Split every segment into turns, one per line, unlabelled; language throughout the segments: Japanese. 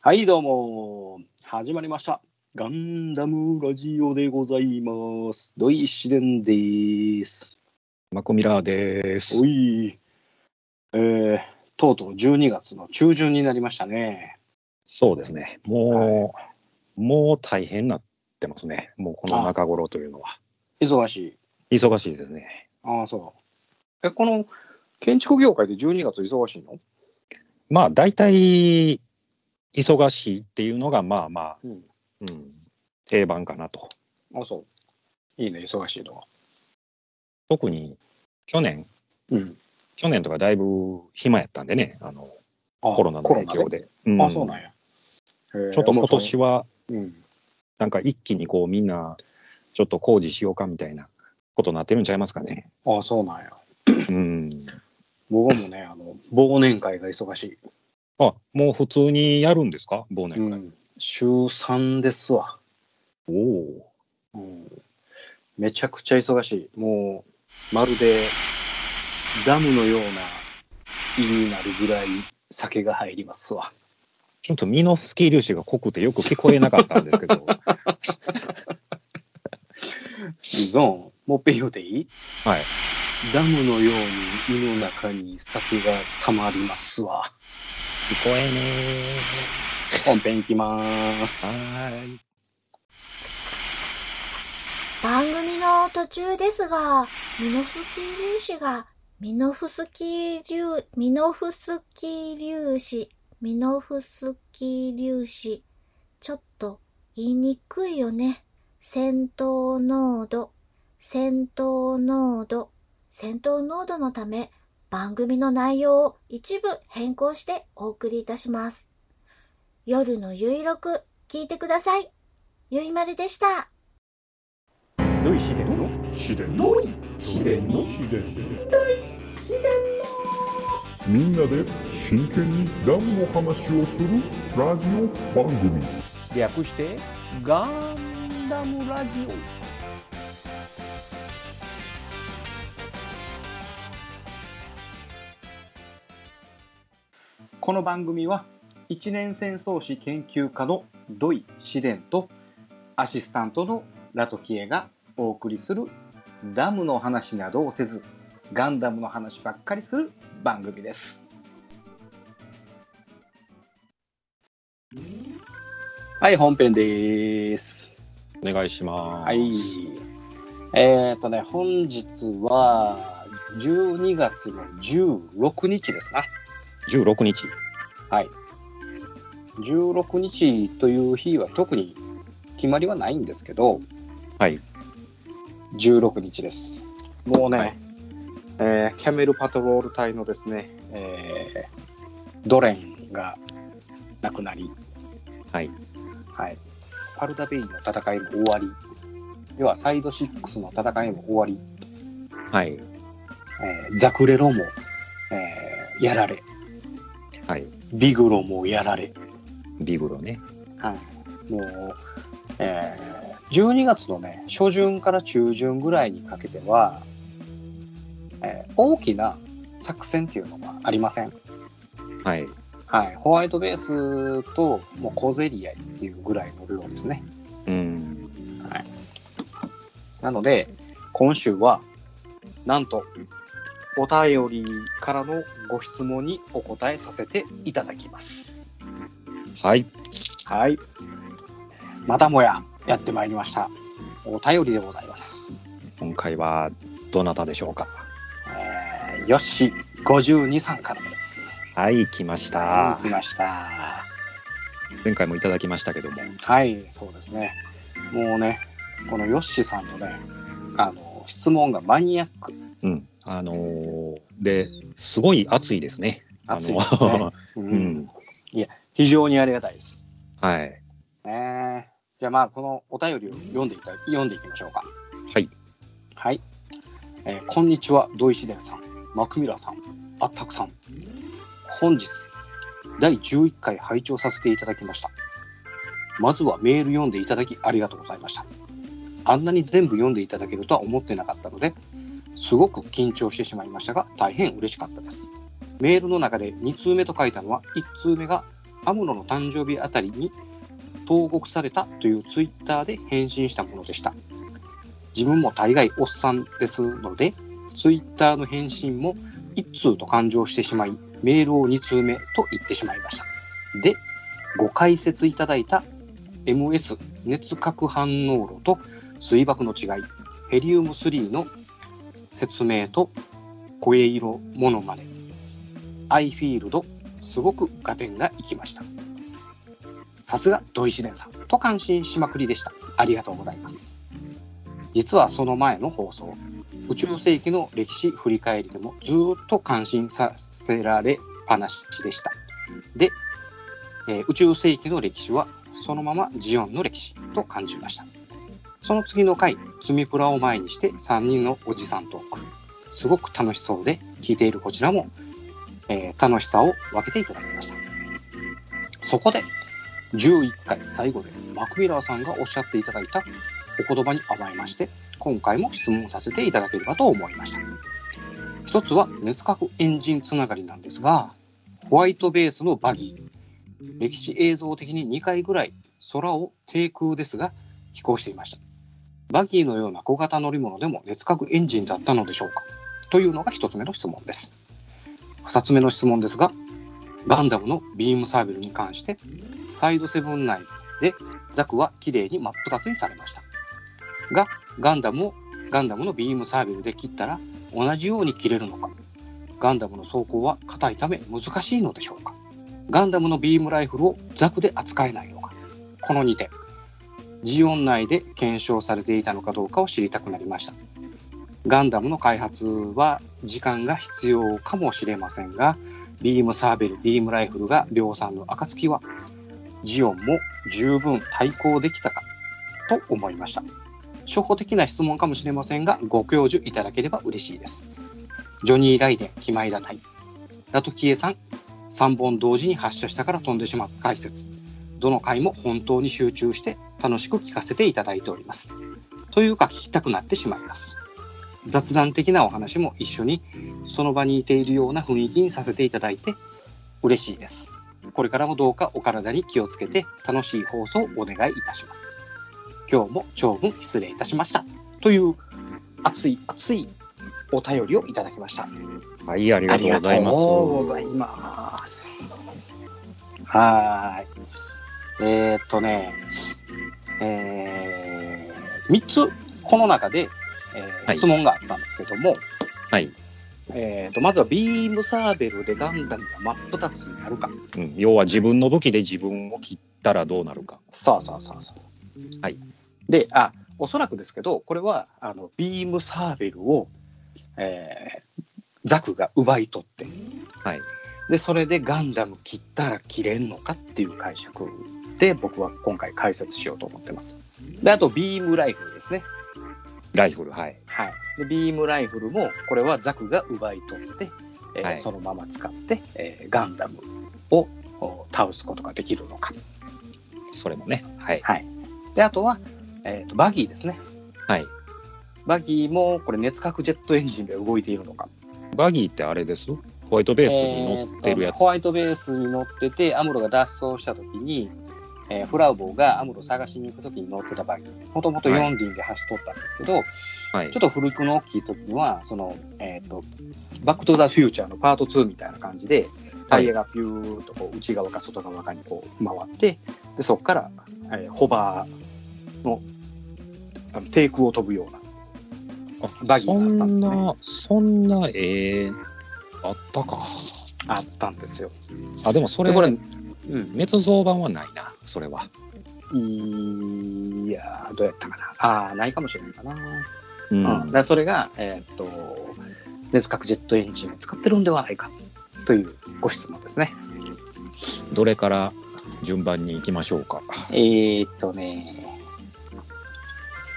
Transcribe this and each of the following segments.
はい、どうも。始まりました。ガンダムラジオでございます。土井紫伝です。
マコミラーです
お。い。えー、とうとう12月の中旬になりましたね。
そうですね。もう、もう大変になってますね。もうこの中頃というのは。
忙しい。
忙しいですね。
ああ、そう。え、この建築業界で12月忙しいの
まあ、大体、忙しいっていうのが、まあまあ、
うん。
うん、定番かなと。
あそう。いいね、忙しいのは。
特に、去年、
うん。
去年とかだいぶ暇やったんでね、あの
あ
コロナの影響。で。
コ
う
ロ
ん
ナあ、そうなんや。えー
ちょっと今年。は、
うん。
なんか一気にこう、みんな、ちょっと工事しようかみたいなことになってるんちゃいますかね。
ああ、そうなんや。
うん。
僕もね、あの、忘年会が忙しい。
あ、もう普通にやるんですか忘年会。
うん、週3ですわ、
おお。
うん、めちゃくちゃ忙しいもうまるでダムのような胃になるぐらい酒が入りますわ
ちょっとミノフスキー粒子が濃くてよく聞こえなかったんです けど。はい。
ゾーンもっぺん言うていいダムのように胃の中に酒がたまりますわ
聞こえね
本編いきまー
ー。
す
はーい。
番組の途中ですが、ミノフスキー粒子が、ミノフスキー粒、ミノフスキー粒子、ミノフスキー粒子。ちょっと言いにくいよね。戦闘濃度、戦闘濃度、戦闘濃度のため、番組の内容を一部変更してお送りいたします。夜のゆいろく、聞いてください。ゆいまるでした。
土井秘伝の秘伝の秘伝の秘伝
みんなで真剣にダムの話をするラジオ番組
略してガンダムラジオ
この番組は一年戦争史研究家の土井紫伝とアシスタントのラトキエがお送りするダムの話などをせずガンダムの話ばっかりする番組です。
はい本編でーす
お願いします。
はい。えっ、とね、本日は12月の16日ですな。
16日。
はい。16日という日は特に決まりはないんですけど、
はい。
16日です。もうね、
はい
えーキャメルパトロール隊のですね、えードレンが亡くなり、
はい。
はい、パルダベイの戦いも終わり、要はサイド6の戦いも終わり、
はい。
えーザクレロも、えーやられ、
はい。
ビグロもやられ、
ビグロね。
はい、もう、えー12月のね、初旬から中旬ぐらいにかけては、えー大きな作戦っていうのがありません。
はい。
はい、ホワイトベースともう小競り合いっていうぐらいの量ですね。
うん。
はい、なので今週はなんとお便りからのご質問にお答えさせていただきます
はい。
はいまたもややってまいりましたお便りでございます、
今回は、どなたでしょうか。
えー、よっし52さんからです
はい、来ました
来。ました
前回もいただきましたけども。
はい、そうですね。もうね、このヨッシーさんのね、あの質問がマニアック、
うん。あのーで、すごい熱いですね。あの
熱いですね。う、
うんん。
非常にありがたいです。
はい。
ねえじゃあまあこのお便りを読んでいた読んでいきましょうか。
はい。
はい。えーこんにちは土井紫伝さん、マクミラーさん、あったくさん。本日第11回拝聴させていただきました。まずはメール読んでいただきありがとうございました。あんなに全部読んでいただけるとは思ってなかったので、すごく緊張してしまいましたが、大変嬉しかったです。メールの中で2通目と書いたのは、1通目がアムロの誕生日あたりに投獄されたというツイッターで返信したものでした。自分も大概おっさんですので、ツイッターの返信も1通と勘定してしまい、メールを2通目と言ってしまいました。で、ご解説いただいた MS 熱核反応炉と水爆の違い、ヘリウム3の説明と声色モノマネ、アイフィールド、すごく合点がいきました。さすが土井紫伝さんと感心しまくりでした。ありがとうございます。実はその前の放送、宇宙世紀の歴史振り返りでもずーっと感心させられっぱなしでした。で、えー宇宙世紀の歴史はそのままジオンの歴史と感じました。その次の回、積みプラを前にして3人のおじさんトーク。すごく楽しそうで、聞いているこちらも、えー楽しさを分けていただきました。そこで、11回最後でマクミラーさんがおっしゃっていただいたお言葉に甘えまして、今回も質問させていただければと思いました。一つは熱核エンジンつながりなんですが、ホワイトベースのバギー。歴史映像的に2回ぐらい空を低空ですが飛行していました。バギーのような小型乗り物でも熱核エンジンだったのでしょうかというのが一つ目の質問です。二つ目の質問ですが、ガンダムのビームサーベルに関して、サイドセブン内でザクは綺麗に真っ二つにされました。が、ガンダムを、ガンダムのビームサーベルで切ったら同じように切れるのかガンダムの装甲は硬いため難しいのでしょうかガンダムのビームライフルをザクで扱えないのかこの2点。ジオン内で検証されていたのかどうかを知りたくなりました。ガンダムの開発は時間が必要かもしれませんが、ビームサーベル、ビームライフルが量産の暁は、ジオンも十分対抗できたかと思いました。初歩的な質問かもしれませんが、ご教授いただければ嬉しいです。ジョニー・ライデン、キマイラ隊。ラトキエさん、3本同時に発射したから飛んでしまった解説。どの回も本当に集中して楽しく聞かせていただいております。というか聞きたくなってしまいます。雑談的なお話も一緒にその場にいているような雰囲気にさせていただいて嬉しいです。これからもどうかお体に気をつけて楽しい放送をお願いいたします。今日も長文失礼いたしました。という熱い熱いお便りをいただきました。
はい、ありがとうございます。
ありがとうございます。はーい。えーっとね、えー、3つ、この中で、えー
はい
質問があったんですけども、
はい、
えー、とまずはビームサーベルでガンダムが真っ二つになるか。
うん。要は自分の武器で自分を切ったらどうなるか。
そうそうそうそう。
はい。
で、あ、おそらくですけど、これは、あの、ビームサーベルを、えーザクが奪い取って、
はい。
でそれでガンダム切ったら切れんのかっていう解釈で僕は今回解説しようと思ってますであとビームライフルですね
ライフル、はい。
はいでビームライフルもこれはザクが奪い取って、えー
はい
そのまま使って、えーガンダムをお倒すことができるのか
それもね。はい。
はいであとは、えー、とバギーですね
はい。
バギーもこれ熱核ジェットエンジンで動いているのか
バギーってあれですホワイトベースに乗って
えー
るや
と
つ。
ホワイトベースに乗っててアムロが脱走した時に、えーフラウボーがアムロを探しに行く時に乗ってたバギーもともと4輪で走っとったんですけど、
はい
ちょっ。と古くの大きい時にはその、えー、とバック・トゥ・ザ・フューチャーのパート2みたいな感じでタイヤがピューッとこう内側か外側かにこう回ってでそこから、えーホバーのあの低空を飛ぶような
あ
バギーがあったんですね
そんな、そんな、えー、あったか。
あったんですよ。
あ、でもそれ、
でこれ、
は
うん、
捏造版はないな、それは。
いやーどうやったかな。ああ、ないかもしれないかな。
う
うん。だからそれが、えーっと、熱核ジェットエンジンを使ってるんではないかというご質問ですね。
どれから順番に行きましょうか。
えーっとね、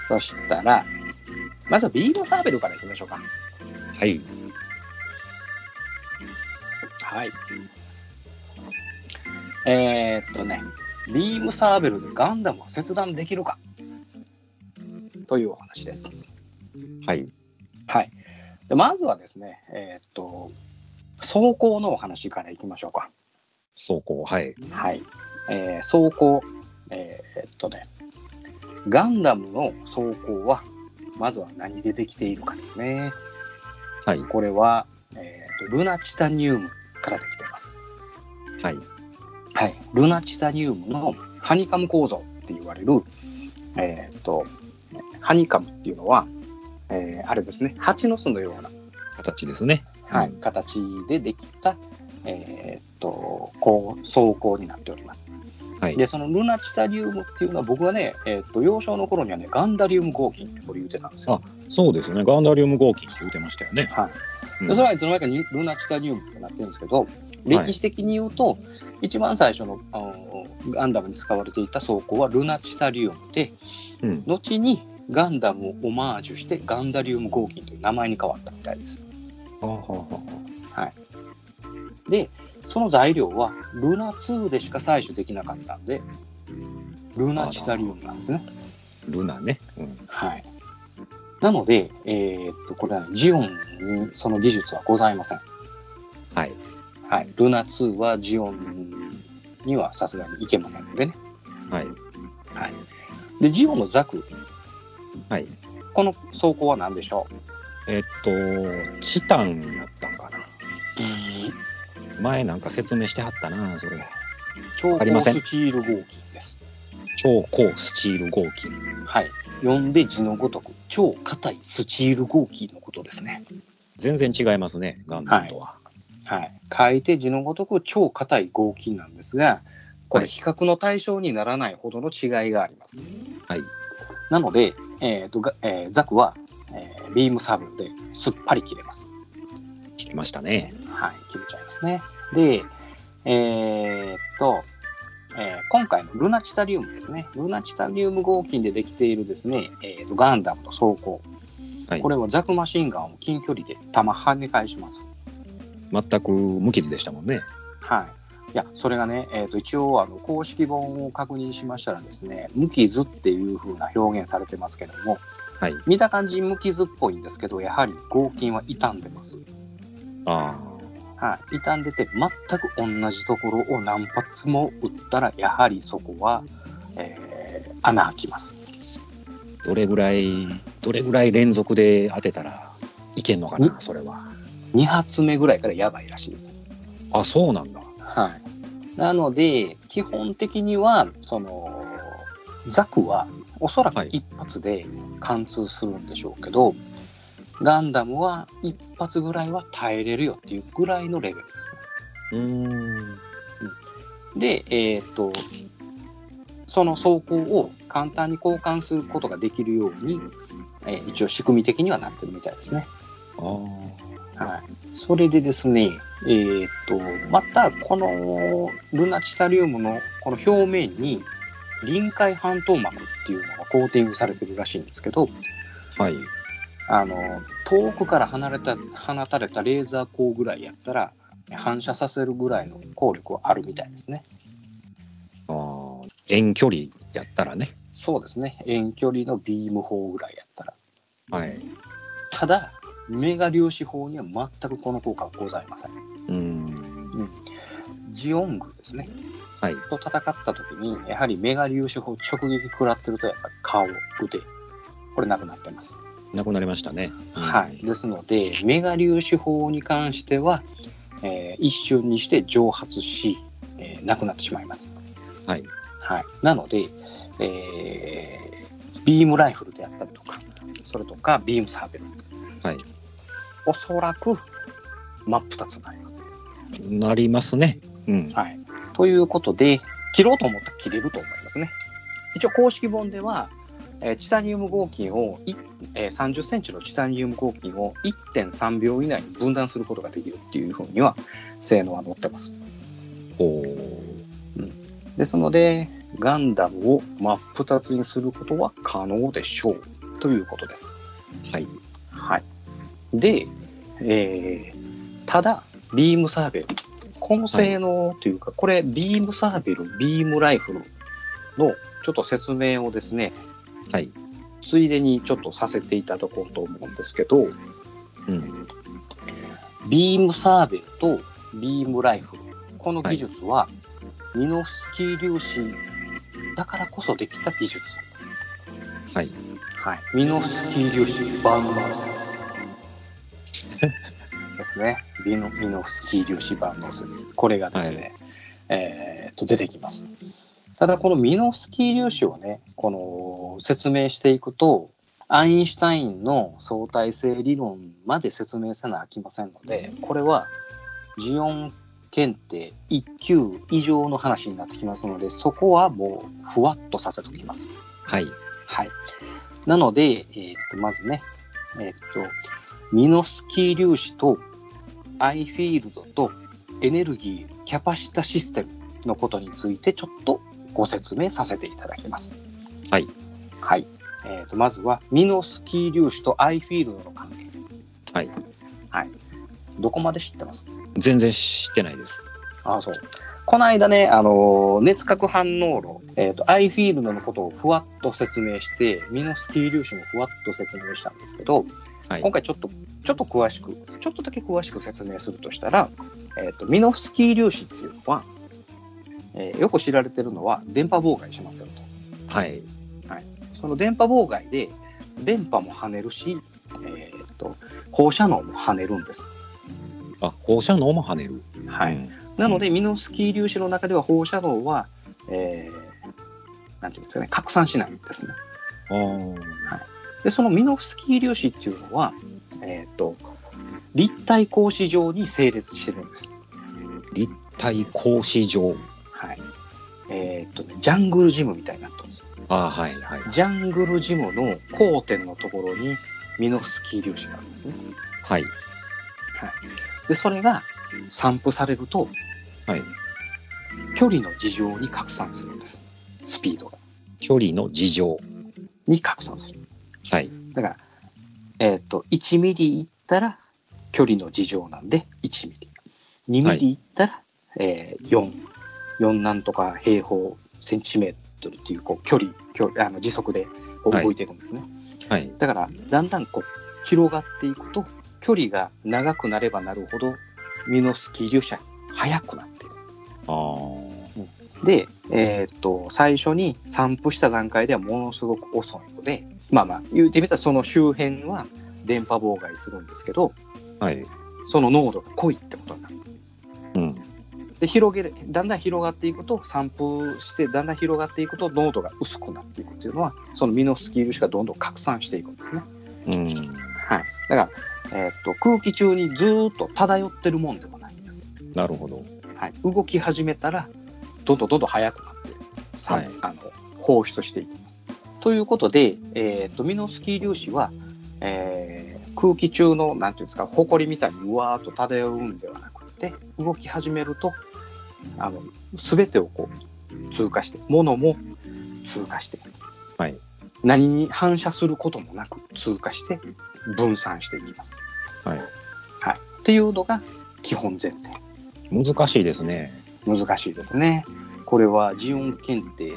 そしたら、まずはビームサーベルからいきましょうか。
はい。
はい。えーっとね、ビームサーベルでガンダムは切断できるかというお話です。
はい。
はい。でまずはですね、えーっと、走行のお話からいきましょうか。
走行、はい。
はい。えー走行、えーえっとね、ガンダムの走行は、まずは何でできているかですね。
はい。
これは、えーとルナチタニウムからできています。
はい。
はい。ルナチタニウムのハニカム構造って言われる、えっと、ハニカムっていうのは、えーあれですね、蜂の巣のような、
形ですね。
はい
うん
形でできた、えっと、こう、走行になっております。
はい。
でそのルナチタリウムっていうのは僕はね、えー、と幼少の頃にはねガンダリウム合金ってこれ言ってたんですよ。
そうですよね。ガンダリウム合金って言ってましたよね。
はい
うん
でそれはいつの間にかルナチタリウムってなってるんですけど歴史的に言うと、一番最初のあのガンダムに使われていた装甲はルナチタリウムで
うん。
後にガンダムをオマージュしてガンダリウム合金という名前に変わったみたいです。
はあはあは
でその材料はルナ2でしか採取できなかったんでルナチタリウムなんですね。
あルナね。うん。
はい。なので、えーっと、これはね、ジオンにその技術はございません。
はい。
はい。ルナ2はジオンにはさすがにいけませんのでね。
はい。
はい。で、ジオンのザク、
はい。
この走行は何でしょう
えっと、チタンやったんかな。前なんか説明してはったな、それ。
超
ありま
高
せん
スチール合金です。
超高スチール合金。
はい。呼んで字のごとく、超硬いスチール合金のことですね。
全然違いますね、ガンダムとは。
はい。書いて字のごとく超硬い合金なんですが、こ
は
れ
い
比較の対象にならないほどの違いがあります。
はい。
なので、えーとがえーザクは、えービームサーブルですっぱり切れます。
切れましたね。
はい、切れちゃいますね。で、えーっと、えー今回のルナチタリウムですね。ルナチタリウム合金でできているですね、えーとガンダムの装甲。
はい
これはザクマシンガンを近距離で弾跳ね返します。
全く無傷でしたもんね。
はい。いや、それがね、えーと一応あの公式本を確認しましたらですね、無傷っていう風な表現されてますけども、
はい。
見た感じ無傷っぽいんですけどやはり合金は傷んでます、
あ
はい、傷んでて全く同じところを何発も撃ったらやはりそこは、えー穴開きます
あ。どれぐらい、どれぐらい連続で当てたらいけんのかな、
ん
それは。
2発目ぐらいからやばいらしいです、
あ、そうなんだ。
はい、なので基本的にはそのザクはおそらく
はい
一発で貫通するんでしょうけど、ガンダムは一発ぐらいは耐えれるよっていうぐらいのレベルです
うーん。
で、えーっとその走行を簡単に交換することができるように、えー一応仕組み的にはなってるみたいですね。
ああ。
はい、それでですね、えーっとまたこのルナチタリウムのこの表面に臨界半透膜っていうのがコーティングされてるらしいんですけど
はい。
あの遠くから離れた放たれたレーザー光ぐらいやったら反射させるぐらいの効力はあるみたいですね。
ああ。遠距離やったらね。
そうですね遠距離のビーム砲ぐらいやったら
はい。
ただメガ粒子砲には全くこの効果はございません
うーん。
ジオングですね
はい。
と戦った時にやはりメガ粒子砲直撃食らってるとやっぱり顔腕これなくなってます、
なくなりましたね。うん
はい。ですのでメガ粒子砲に関しては、えー一瞬にして蒸発し、えーなくなってしまいます
はい。
はい、なので、えービームライフルであったりとか、それとかビームサーベル、
はい。
おそらく真っ二つになります。
なりますね。うん。
はい、ということで、切ろうと思ったら切れると思いますね。一応、公式本では、えーチタニウム合金をい、えー30センチのチタニウム合金を1.3秒以内に分断することができるっていうふうには性能は載ってます。
おー
ですので、ガンダムを真っ二つにすることは可能でしょうということです。
はい。
はい。で、えーただ、ビームサーベル。この性能というか、これ、ビームサーベル、ビームライフルのちょっと説明をですね、
はい。
ついでにちょっとさせていただこうと思うんですけど、
うん。
ビームサーベルとビームライフル。この技術は、ミノフスキー粒子だからこそできた技術。
はい。
はい。
ミノフスキー粒子バーンノーセス。ですね。ミノミノフスキー粒子バーンノーセス。これがですね、えー、と出てきます。ただこのミノフスキー粒子をね、この説明していくと、アインシュタインの相対性理論まで説明せなあきませんので、これはジオン検定1級以上の話になってきますので、そこはもうふわっとさせておきます。
はい。
はい。なので、えーっと、まずね、えーっと、ミノスキー粒子とアイフィールドとエネルギー、キャパシタシステムのことについてちょっとご説明させていただきます。
はい。
はい。えーっと、まずはミノスキー粒子とアイフィールドの関係。
はい。
はい。どこまで知ってます
全然知ってないです。
あそう。この間ね、あのー熱核反応炉、えっ、と、アイフィールドのことをふわっと説明して、ミノスキー粒子もふわっと説明したんですけど、
はい
今。回ちょっと、ちょっと詳しく、ちょっとだけ詳しく説明するとしたら、えっ、と、ミノフスキー粒子っていうのは、えーよく知られてるのは電波妨害しますよと。
はい。
その電波妨害で、電波も跳ねるし、えっ、と、放射能も跳ねるんです。
あ、放射能も跳ねる。
は
うん。
なので、ミノフスキー粒子の中では放射能は、えーなんていうんですかね、拡散しないんですね。
あー
で、そのミノフスキー粒子っていうのは、えっ、と、立体格子状に整列してるんです。
立体格子状。
はい。えっ、とね、ジャングルジムみたいになってるんですよ。
あーはいはい。
ジャングルジムの交点のところにミノフスキー粒子があるんですね。
はい。
で、それが散布されると、
はい。
距離の事情に拡散するんです。スピードが。
距離の事情。
に拡散する。
はい。
だから、えっ、と、1ミリいったら距離の事情なんで1ミリ。2
は
ミ
い
リいったら、えー4、4なんとか平方センチメートルっていうこう距離、距離あの時速でこう
はい
動いていくんですね。
はい。
だから、だんだんこう広がっていくと、距離が長くなればなるほど、ミノフスキー粒子は速くなっていく。
あー
で、えっと、最初に散布した段階ではものすごく遅いので、まあまあ、言ってみたらその周辺は電波妨害するんですけど、
はい。
その濃度が濃いってことになる。
うん。
で、広げる、だんだん広がっていくと、散布して、だんだん広がっていくと、濃度が薄くなっていくっていうのは、そのミノフスキー粒子がどんどん拡散していくんですね。
うん。
はい。だから、えっと、空気中にずーっと漂ってるもんでもないんです。
なるほど。
はい、動き始めたらどんどんどんどん速くなって、さ
はい
あの放出していきます。ということで、えー、とミノフスキー粒子は、えー空気中のなんていうんですか埃みたいにうわーっと漂うんではなくて動き始めるとあの全てをこう通過して物も通過して、
はい
何に反射することもなく通過して分散していきます。
はい。
はい、っていうのが基本前提。
難しいですね。
難しいですね。これはジオン検定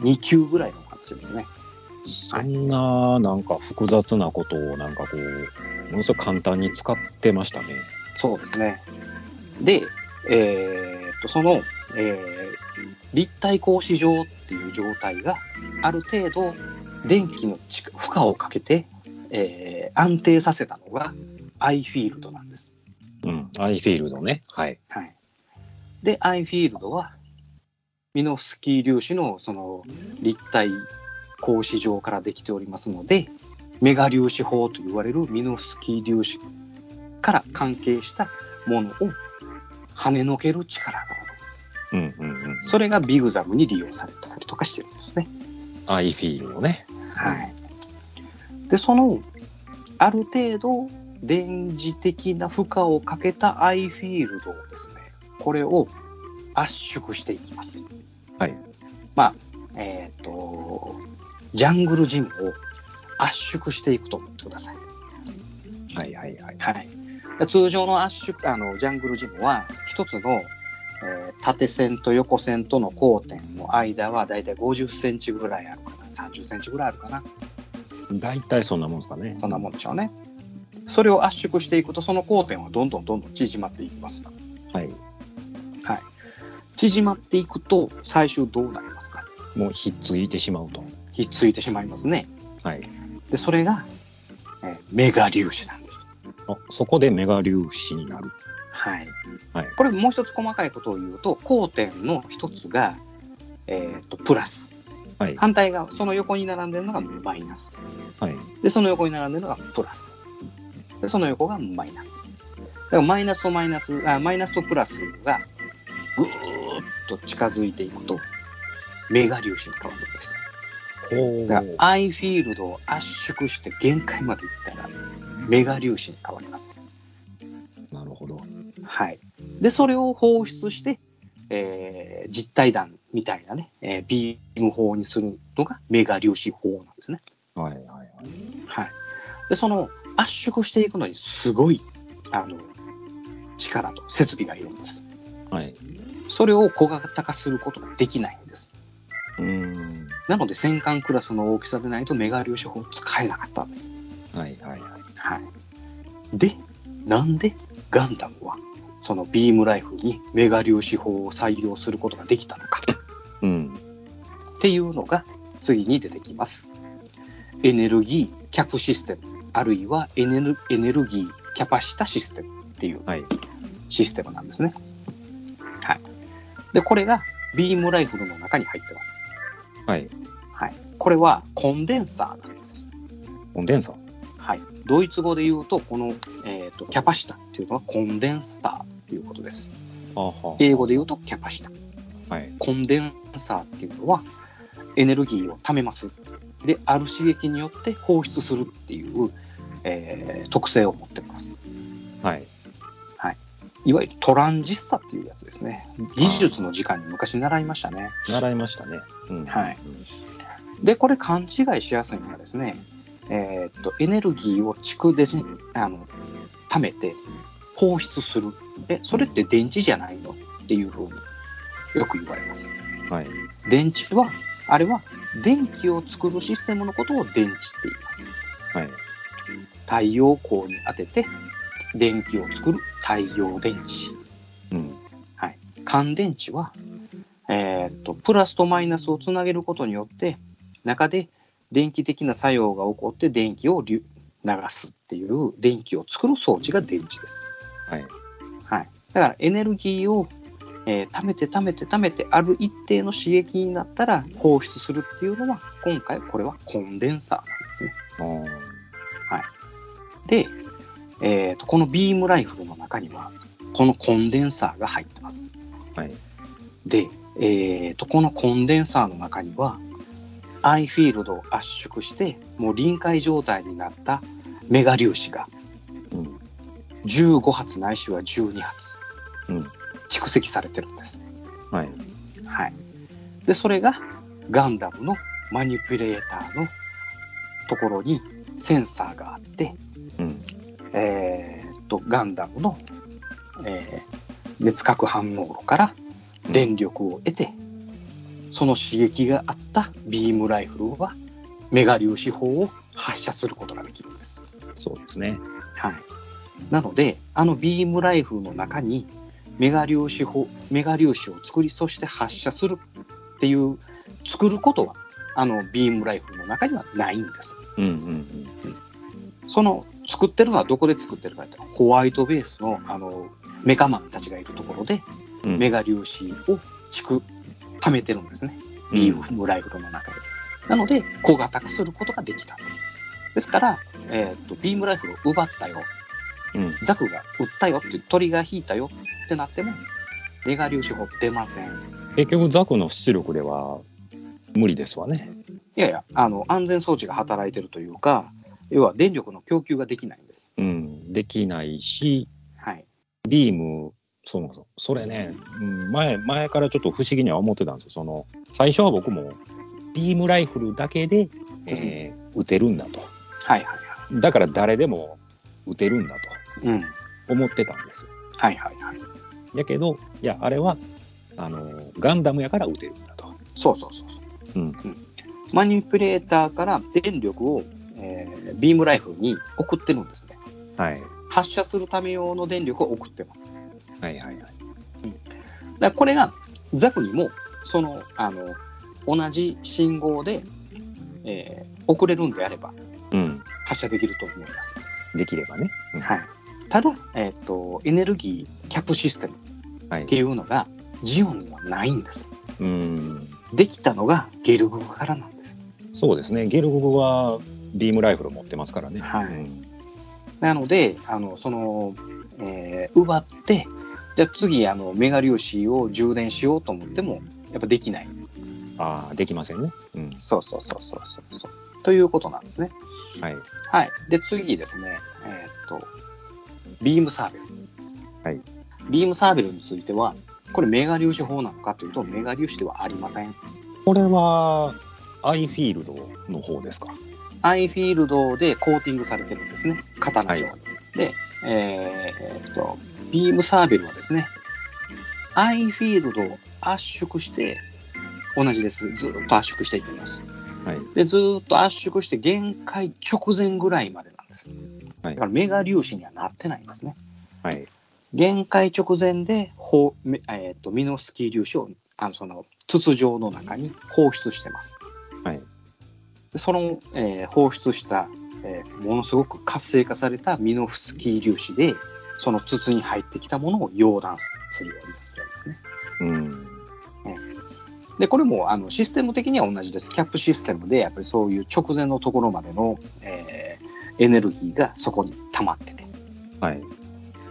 2級ぐらいの形ですね。
そんな、なんか複雑なことを、なんかこう、ものすごく簡単に使ってましたね。
そうですね。で、えーっと、その、えー立体格子状っていう状態がある程度電気の力負荷をかけて、えー安定させたのがアイフィールドなんです。
うん。アイフィールドね。はい。
はい、で、アイフィールドはミノフスキー粒子のその立体格子状からできておりますので、メガ粒子法と言われるミノフスキー粒子から関係したものを跳ねのける力がある。
うんうんうん。
それがビグザムに利用されたりとかしてるんですね。
アイフィールドね。
はい。で、その、ある程度、電磁的な負荷をかけたアイフィールドをですね、これを圧縮していきます。
はい。
まあ、えっ、と、ジャングルジムを圧縮していくと思ってください。
はいはいはい。
はい、通常の圧縮あのジャングルジムは一つの、えー縦線と横線との交点の間はだいたい50センチぐらいあるかな30センチぐらいあるかな
大体そんなもんですかね。
そんなもんでしょうねそれを圧縮していくとその交点はどんどんどんどん縮まっていきます
はい。
縮まっていくと最終どうなりますか
もうひっついてしまうと。
ひっついてしまいますね
はい。
でそれが、えーメガ粒子なんです
あそこでメガ粒子になる。
はい、
はい
これもう一つ細かいことを言うと交点の一つが、えー、とプラス
はい。
反対側その横に並んでるのがマイナス
はい。
でその横に並んでるのがプラスでその横がマイナスだからマイナスとマイナスあマイナスとプラスがぐーっと近づいていくとメガ粒子に変わるんです
ほう
だからアイフィールドを圧縮して限界までいったらメガ粒子に変わります
なるほど。
はい、でそれを放出して、えー実体弾みたいなね、えービーム砲にするのがメガ粒子砲なんですね。
はいはいはい。
はい、でその圧縮していくのにすごいあの力と設備がいるんです。
はい。
それを小型化することができないんです。
うーん。
なので戦艦クラスの大きさでないとメガ粒子砲を使えなかったんです。
はいはいはい。
はい、でなんでガンダムはそのビームライフルにメガ粒子砲を採用することができたのか
うん。
っていうのが次に出てきます。エネルギーキャプシステムあるいはエネルエネルギーキャパシタシステムっていう
はい。
システムなんですね。はい、でこれがビームライフルの中に入ってます。
はい。
はい、これはコンデンサーなんです。
コンデンサー。
はい、ドイツ語で言うとこの、えー、とキャパシタっていうのはコンデンサーということです。
あは
英語で言うとキャパシタ。
はい。
コンデンサーっていうのはエネルギーを貯めますである刺激によって放出するっていう、えー特性を持ってます
はい。
いわゆるトランジスタっていうやつですね技術の時間に昔習いましたね
習いましたね。うん。
はいでこれ勘違いしやすいのがですねえーっとエネルギーを蓄であの貯めて放出するえそれって電池じゃないのっていうふうによく言われます
うん。はい。
電池はあれは電気を作るシステムのことを電池って言います
はい。
太陽光に当てて電気を作る太陽電池
うん。
乾電池は、えーっとプラスとマイナスをつなげることによって中で電気的な作用が起こって電気を流流すっていう電気を作る装置が電池です、
はい。
はい、だからエネルギーを、えー貯めて貯めて貯めてある一定の刺激になったら放出するっていうのは今回これはコンデンサーなんですね
あー
で、えーとこのビームライフルの中にはこのコンデンサーが入ってます。
はい
で、えーとこのコンデンサーの中にはアイフィールドを圧縮してもう臨界状態になったメガ粒子が
うん。
15発ないしは12発
うん。
蓄積されてるんです。
はい。
はい、でそれがガンダムのマニピュレーターのところにセンサーがあって
うん。
えーっとガンダムの、えー熱核反応炉から電力を得て、その刺激があったビームライフルはメガ粒子砲を発射することができるんです。
そうですね。
はい、なのであのビームライフルの中にメガ粒子砲メガ粒子を作りそして発射するっていう作ることはあのビームライフルの中にはないんです。
うんうん
その作ってるのはどこで作ってるかってホワイトベースのあのメカマンたちがいるところで
うん。うん
メガ粒子を蓄貯めてるんですねビームライフルの中で。なので小型化することができたんです。ですから、えー、とビームライフルを奪ったよ
うん。
ザクが撃ったよって鳥が引いたよってなってもメガ粒子砲出ません。
結局ザクの出力では無理ですわね。
いやいやあの安全装置が働いてるというか要は電力の供給ができないんです。
うん。できないし、
はい、
ビーム、そもそもそれね、うん前、前からちょっと不思議には思ってたんですよ。その、最初は僕も、ビームライフルだけで、えー撃てるんだと。
はいはいは
だから誰でも撃てるんだ
い。うん。
と思ってたんですよ。
はいはいはい。
やけど、いや、あれは、あの、ガンダムやから撃てるんだと。
そうそうそうそう、
うん
マニピュレーターから電力を、えービームライフルに送ってるんですね。
はい。
発射するため用の電力を送ってます。だか
はいはいはい。
らこれがザクにもそのあの同じ信号で、えー遅れるんであれば
うん。
発射できると思います。
できればね。うん
はい、ただ、えーと、エネルギーキャップシステム
はい
っていうのがジオンにはないんです。
うん。
できたのがゲルググからなんです。
そうですね。ゲルゴグはビームライフル持ってますからね。
はい
うん
なので、あのその、えー奪って、じゃあ次、あのメガ粒子を充電しようと思っても、やっぱできない。
ああ、できませんね。うん。
そうそうそうそうそうそう。ということなんですね。
はい。
はい。で、次ですね、えーっと、ビームサーベル。
はい。
ビームサーベルについては、これメガ粒子法なのかというと、メガ粒子ではありません。
これは、アイフィールドの方ですか。
アイフィールドでコーティングされてるんですね。刀状に。
は
で、えーえーっと、ビームサーベルはですね、アイフィールドを圧縮して、同じです。ずーっと圧縮していきます。
はい。
で、ずーっと圧縮して限界直前ぐらいまでなんです。
はい
だからメガ粒子にはなってないんですね。
はい。
限界直前で放、めえー、とミノスキー粒子をあのその筒状の中に放出してます。
はい
でその、えー放出した、えーものすごく活性化されたミノフスキー粒子でその筒に入ってきたものを溶断するようになってるんですね。
うん。
でこれもあのシステム的には同じです。キャップシステムでやっぱりそういう直前のところまでの、えーエネルギーがそこに溜まってて
はい。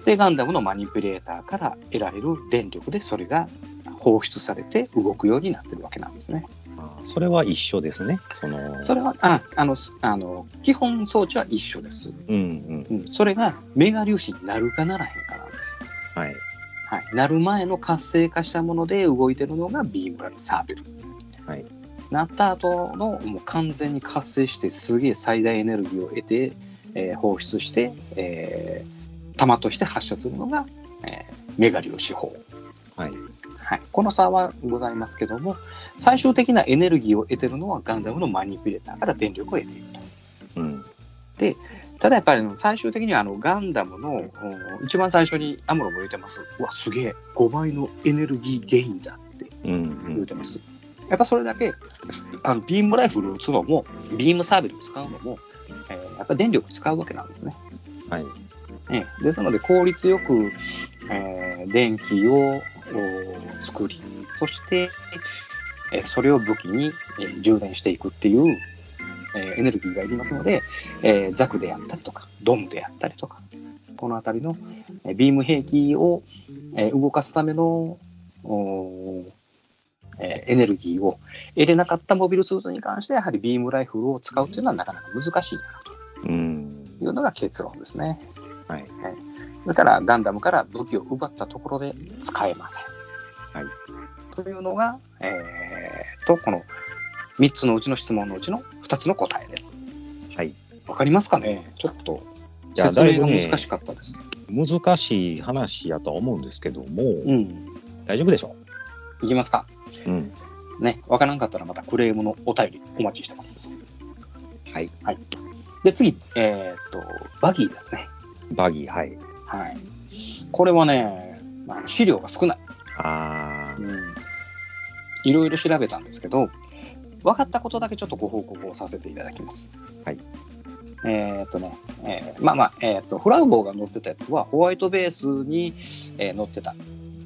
でガンダムのマニピュレーターから得られる電力でそれが放出されて動くようになってるわけなんですね。
あーそれは一緒ですね。その、
それはああのすあの基本装置は一緒です、
うんうん。
うん。それがメガ粒子になるかならへんかなんです。
はい。
はい、なる前の活性化したもので動いてるのがビームラルサーベル。
はい
なった後のもう完全に活性してすげえ最大エネルギーを得て、えー放出して、えー弾として発射するのが、えーメガ粒子砲。
はい。
はい、この差はございますけども最終的なエネルギーを得てるのはガンダムのマニピュレーターから電力を得ていると
うん。
ただやっぱりあの最終的にはあのガンダムのお一番最初にアムロも言ってますうわすげえ5倍のエネルギーゲインだって
うん
言うてます、やっぱそれだけあのビームライフルを撃つのもビームサーベルを使うのも、えーやっぱ電力使うわけなんですね
うん。はい。
ええですので効率よく、えー電気をお作りそして、えーそれを武器に、えー充電していくっていう、えーエネルギーがいりますので、えーザクであったりとかドムであったりとかこの辺りの、えービーム兵器を、えー動かすためのおえーエネルギーを得れなかったモビルスーツに関してやはりビームライフルを使うというのはなかなか難しいな
うん。
というのが結論ですね。
はい。
だからガンダムから武器を奪ったところで使えません。
はい、
というのが、えー、とこの3つのうちの質問のうちの2つの答えです。
はい。
わかりますかねちょっと
いや
説明が
だいぶね
難しかったです。
難しい話やとは思うんですけども、
うん。
大丈夫でしょ
いきますか。
う。うん。
ね、わからんかったらまたクレームのお便りお待ちしてます。
はい。
で、次、えー、と、バギーですね。
バギー、はい。
はい。これはね、まあ資料が少ない。
あ
いろいろ調べたんですけど、分かったことだけちょっとご報告をさせていただきます。
はい。
えーっとね、えーまあまあ、えーっと、フラウボーが乗ってたやつは、ホワイトベースに、えー乗ってた、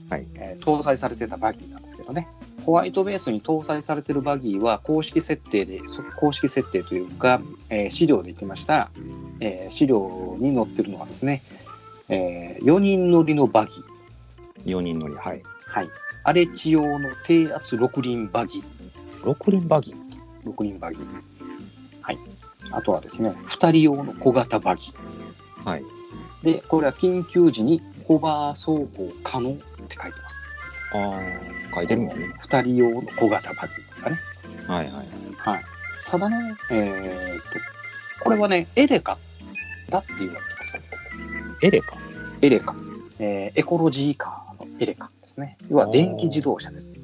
はい
えー搭載されてたバギーなんですけどね、ホワイトベースに搭載されてるバギーは、公式設定で、そ公式設定というか、えー資料でいきました、えー資料に載ってるのはですね、え4人乗りのバギー。
ー、4人乗り、はい。
はい、荒れ地用の低圧六輪バギー、
6輪バギー。
六輪バギー、はい、あとはですね、2人用の小型バギー、
はい。
でこれは緊急時にホバー走行可能って書いてます。
ああ、書いてるもんね。
2人用の小型バギーがね、
はいはいはい。
はい、ただね、えーっと、これはね、エレカだって言われてます。
エレか。
エレカ、えーエコロジーカーのエレカですね、要は電気自動車です。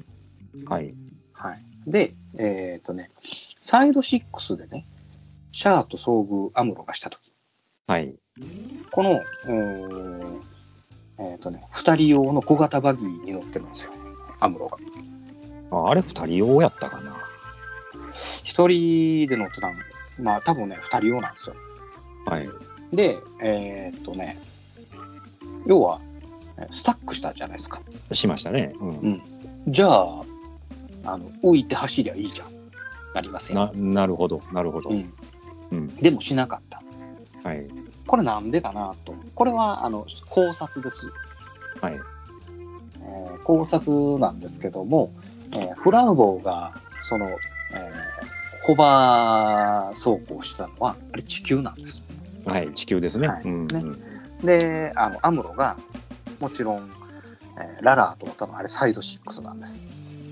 はい。
はい、で、えっ、とね、サイド6でね、シャアと遭遇アムロがしたとき、
はい。
この、うーんえっ、とね、2人用の小型バギーに乗ってるんですよ。アムロが。
ああれ二人用やったかな。
一人で乗ってたの。まあ多分ね、二人用なんですよ。
はい。
で、えーっとね、要は、えスタックしたじゃないですか。
しましたね。うん。
じゃあ、あの浮いて走りゃいいじゃん。なりません。
ななるほど、なるほど。
うん
うん。
でもしなかった。
はい。
これなんでかなと。これはあの考察です、
はい。
えー考察なんですけども、えーフラウボーがその、えーホバー走行したのはあれ地球なんです。
はい。地球ですね。
はい
うん。
ね
うん
で、あのアムロがもちろん、えーララーとったのはあれサイド6なんです。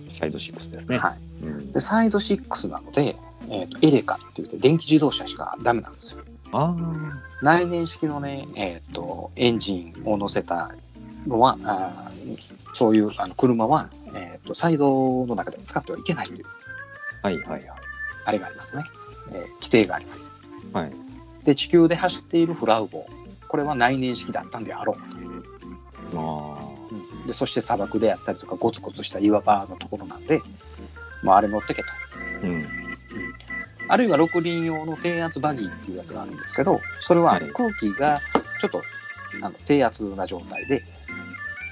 サイドシックスですね。
はい、
うん
でサイド6なので、えーとエレカって言って電気自動車しかダメなんですよ。
あ
内燃式のね、えー、とエンジンを乗せたのは、あーそういうあの車は、えー、とサイドの中で使ってはいけないという、
あ。はいはいはい。
あれがありますね、えー規定があります。
はい。
で、地球で走っているフラウボー、これは内燃式だったんであろう
あ
と、でそして砂漠であったりとか、ゴツゴツした岩場のところなんで、まあ、あれ乗ってけと。
あ。うん。
あるいは6輪用の低圧バギーっていうやつがあるんですけど、それは
はい
空気がちょっとあの低圧な状態で、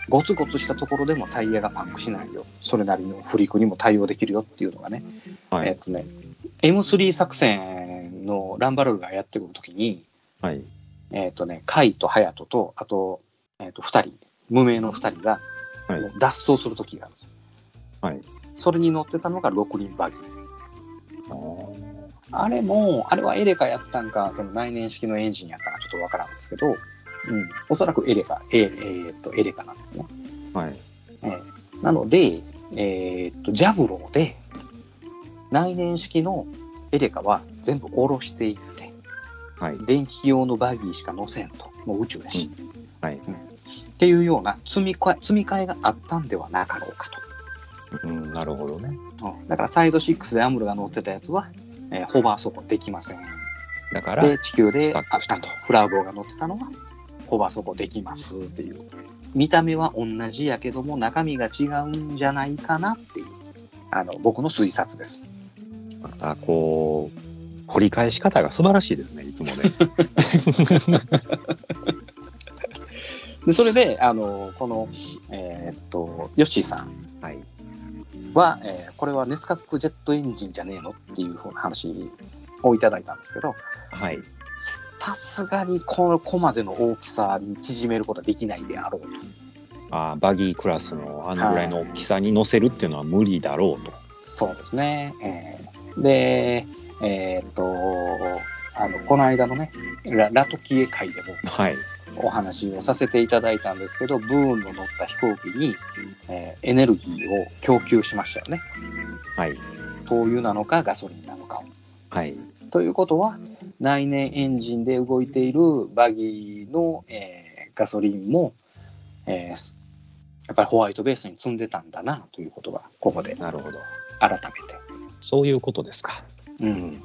ゴツゴツしたところでもタイヤがパンクしないよ、それなりのフリークにも対応できるよっていうのがね、
は
えっ
い。
とね、M3 作戦のランバルクがやってくるときに、
はい。
えっとね、カイとハヤトと、あと、えっと2人、無名の2人が
はい
もう脱走するときがあるんですよ。
はい
それに乗ってたのが6輪バギー。
あー
あれも、あれはエレカやったんか、その内燃式のエンジンやったんかちょっとわからんですけど、うん、おそらくエレカ、ええーっと、エレカなんですね。
はい。
なので、えーっと、ジャブローで、内燃式のエレカは全部下ろしていって、
はい。
電気用のバギーしか乗せんと、もう宇宙やし、
はい。
っていうような積み替え、積み替えがあったんではなかろうかと。
うん。なるほどね。
うんだからサイド6でアムルが乗ってたやつは、えーホバー走行できません。
だから、
で地球
ス
で
タッ
あ
クした
あとフラウボーが乗ってたのはホバー走行できますっていう見た目は同じやけども中身が違うんじゃないかなっていうあの僕の推察です
またこう、掘り返し方が素晴らしいですね、いつも ね。
でそれであのこのえーっとヨッシーさん
はい。
は、えーこれは熱核ジェットエンジンじゃねえのっていうふうな話をいただいたんですけど
はい。
さすがにこのコマでの大きさに縮めることはできないであろうと
あーバギークラスのあのぐらいの大きさに乗せるっていうのは無理だろうと。
そうですね。えーで、えーっと、あの、この間のね、ララトキエ会でも
はい。
お話をさせていただいたんですけど、ブーンの乗った飛行機に、えーエネルギーを供給しましたよね。
はい。
灯油なのかガソリンなのかを。
はい。
ということは、内燃エンジンで動いているバギーの、えーガソリンも、えーすやっぱりホワイトベースに積んでたんだなということが、ここで
なるほど。
改めて
そういうことですか。
うん、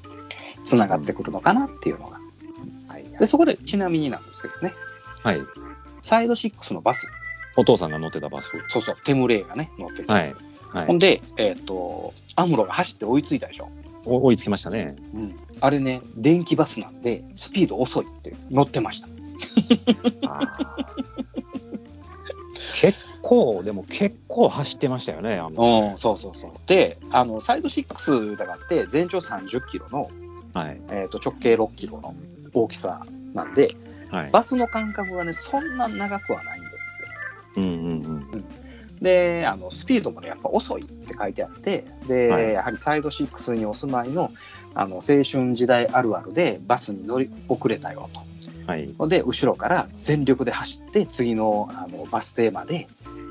つながってくるのかなっていうのが。でそこでちなみになんですけどね
はい。
サイド6のバス
お父さんが乗ってたバス。
そうそうテムレイがね乗ってて、
はい。は
ほん
い。
で、えっとアムロが走って追いついたでしょ、
お追いつきましたね。
うん、あれね電気バスなんでスピード遅いって乗ってました
結構、でも結構走ってましたよね。あの
うんそうそうそうであのサイド6だからって全長3 0キロの、
はい。
えっと直径6キロの大きさなんで
はい。
バスの間隔がねそんな長くはないんですって
うんうんうん。
であのスピードもねやっぱ遅いって書いてあってで、
はい
やはりサイド6にお住まいのあの青春時代あるあるでバスに乗り遅れたよと
はい。
ほんで後ろから全力で走って次のあのバス停まで、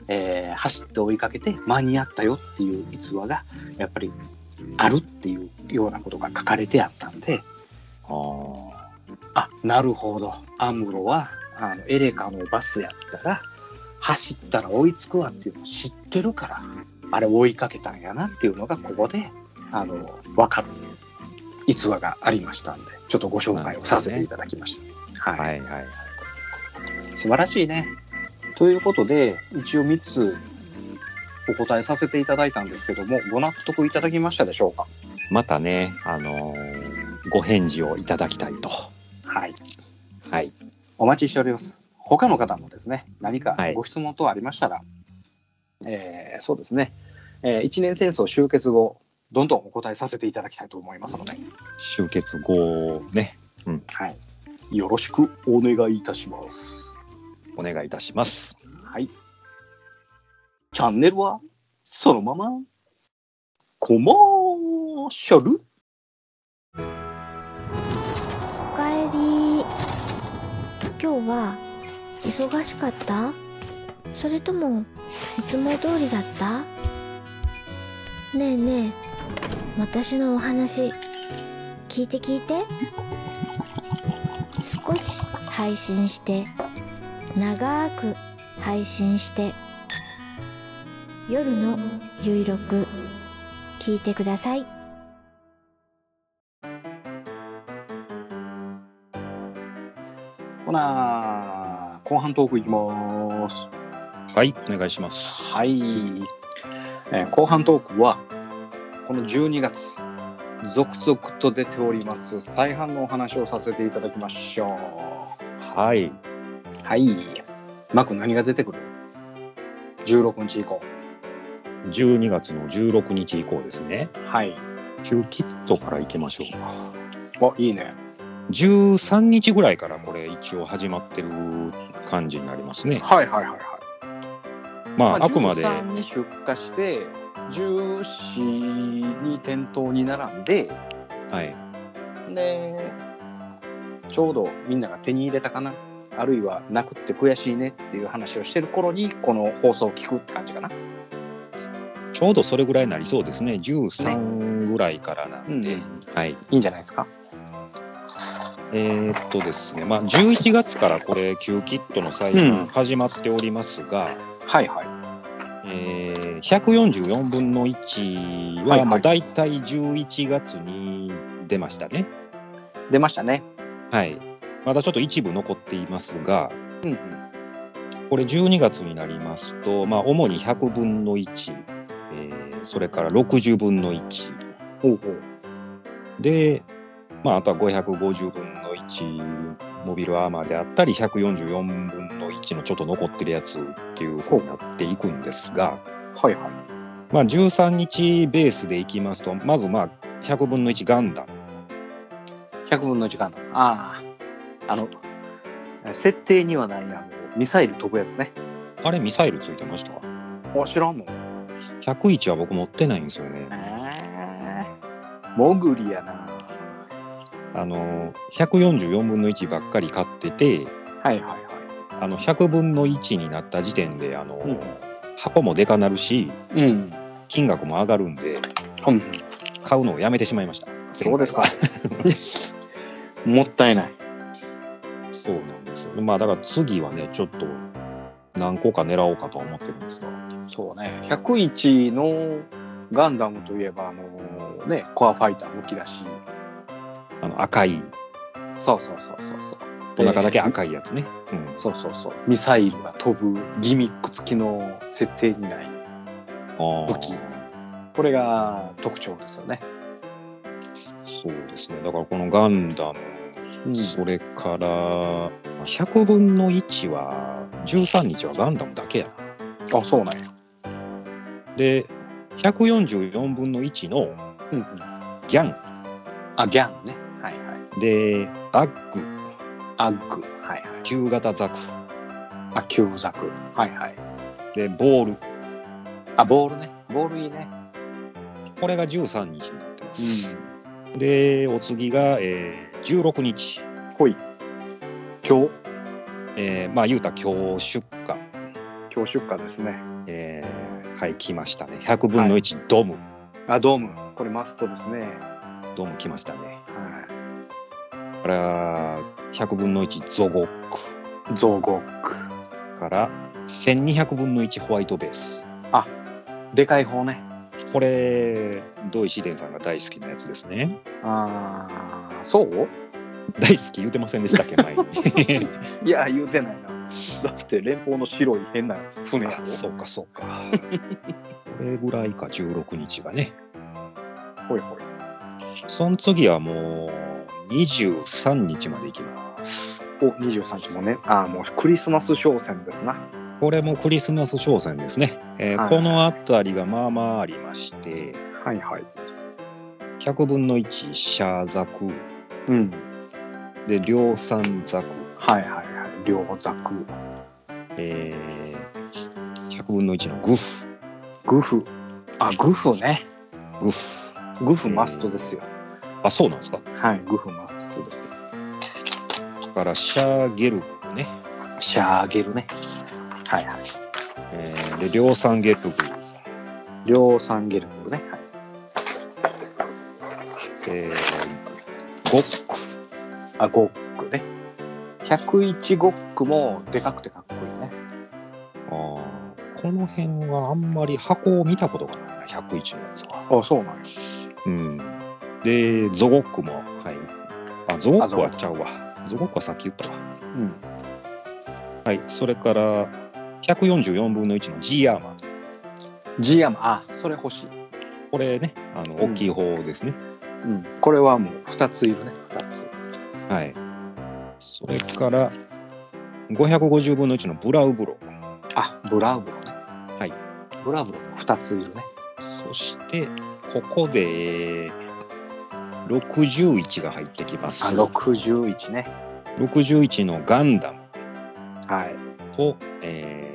えー走って追いかけて間に合ったよっていう逸話がやっぱりあるっていうようなことが書かれてあったんで
ああ。
あなるほどアムロはあのエレカのバスやったら走ったら追いつくわっていうのを知ってるからあれ追いかけたんやなっていうのがここであの分かる逸話がありましたんでちょっとご紹介をさせていただきました。はい
はいはい。
素晴らしいね。ということで一応3つお答えさせていただいたんですけども、ご納得いただきましたでしょうか
またね、あのーご返事をいただきたいと。
はい。
はい。
お待ちしております。他の方もですね、何か
はい
ご質問等ありましたら、えーそうですね、え1年戦争終結後、どんどんお答えさせていただきたいと思いますので、
集結後ね、
はい、よろしくお願いいたします。
お願いいたします。
はい。チャンネルは、そのまま、コマーシャル
おかえり今日は忙しかったそれともいつも通りだったねえねえ私のお話聞いて聞いて少し配信して長く配信して夜のゆいろく聞いてください
ほな、後半トークいきます。
はい、お願いします。
はい、えー後半トークはこの12月続々と出ております再販のお話をさせていただきましょう
はい。
はいマク何が出てくる16日以降
12月の16日以降ですね。
はい
キューキットから行きましょうか。
あいいね
13日ぐらいからこれ一応始まってる感じになりますね。
はいはいはいはい
まあ、あくまで、
13に出荷して14に店頭に並んで
はい。
でちょうどみんなが手に入れたかなあるいはなくって悔しいねっていう話をしてる頃にこの放送を聞くって感じかな
ちょうどそれぐらいになりそうですね。13ぐらいからなんで。
うん
はい。
いいんじゃないですか
えーっとですね、まあ、11月からこれ、キューキットの最
うん
販始まっておりますが、
はいはい
えー144分の
は
1
いは
は、
い
もう大体11月に出ましたね。
出ましたね
はい。まだちょっと一部残っていますが、
うんうん
これ12月になりますと、まあ、主に100分の1、えーそれから60分の1、
ほうほう
で、まあ、あとは550分の1モビルアーマーであったり144分の1のちょっと残ってるやつっていうふうになっていくんですが、
はいはい
まあ、13日ベースでいきますとまずまあ100分の1ガンダム
100分の1間だあああの設定にはないあのミサイル飛ぶやつね
あれミサイルついてました
あ知らんもん
101は僕持ってないんですよね
えー、モグリやな
あの144分の1ばっかり買ってて
はいはいはい
あの100分の1になった時点であの、
うん
箱もでかなるし
うん、
金額も上がるんで
うん、
買うのをやめてしまいました
そうですか もったいない
そうなんですよ。まあだから次はね、ちょっと何個か狙おうかとは思ってるんですが。
そうね、101のガンダムといえば、あのね、コアファイターむき出し。
あの赤い、
そうそうそうそうそう。
お腹だけ
で
赤いやつね。うん。
そうそうそう。ミサイルが飛ぶギミック付きの設定にない
あ
武器。これが特徴ですよね。
そうですね。だからこのガンダム、
うん
それから、100分の1は、13日はガンダムだけや
あ、そうなんや。
な。で、144分の1の
うんうん、
ギャン。
あ、ギャンね。はいはい。
で、アッグ、
アッグ。はいはい。
旧型ザク。
あ、急作。はいはい。
で、ボール。
あ、ボールね。ボールいいね。
これが13日になってます。で、お次が、えー、16日。
ほい。今日、
えーまあ言うたら今日出荷、
今日出荷ですね。
えーはい来ましたね100分の1、ドム
あ、ドーム。これマストですね。
ドム来ましたね
はい。
から100分の1ゾゴック
増ゴック
から1200分の1ホワイトベース
でかい方ね
これ土井紫伝さんが大好きなやつですね
ああそう
大好き言うてませんでしたっけ前に
いや言うてないなだって連邦の白い変な船や
あ
ろ
そうかそうかこれぐらいか16日がね
ほいほい
その次はもう23日まで行きます
お23日もねああもうクリスマス商戦ですな
これもクリスマス商戦ですね、えー
はい
この辺りがまあまあありまして
はいはい
100分の1シャーザク
うん
で量産ザク、
はいはいはい両ザク
えー、100分の1のグフ
グフあグフね
グフ
グフマストですよ
あそうなんですか
はいグフマストです
だからシャーゲルグね、
シャーゲルねはいはい
えーで量産ゲルグ
量産ゲルグね、はい
えーゴック
あゴックね101ゴックもでかくてかっこいいね
あーこの辺はあんまり箱を見たことがないな101のやつは。
あそうなんです
うん、でゾゴックもはいあゾゴックはちゃうわゾゴックはさっき言ったわ
うん
はいそれから144分の1の G アーマー
G ヤマあそれ欲しい
これねあの
うん
大きい方ですね、
うんこれはもう2ついるね2つ
はいそれから550分の1のブラウブロ
あブラウブロね
はい
ブラウブロも2ついるね
そしてここで61が入ってきま
あ
す
61ね
61のガンダム
はい
と、えー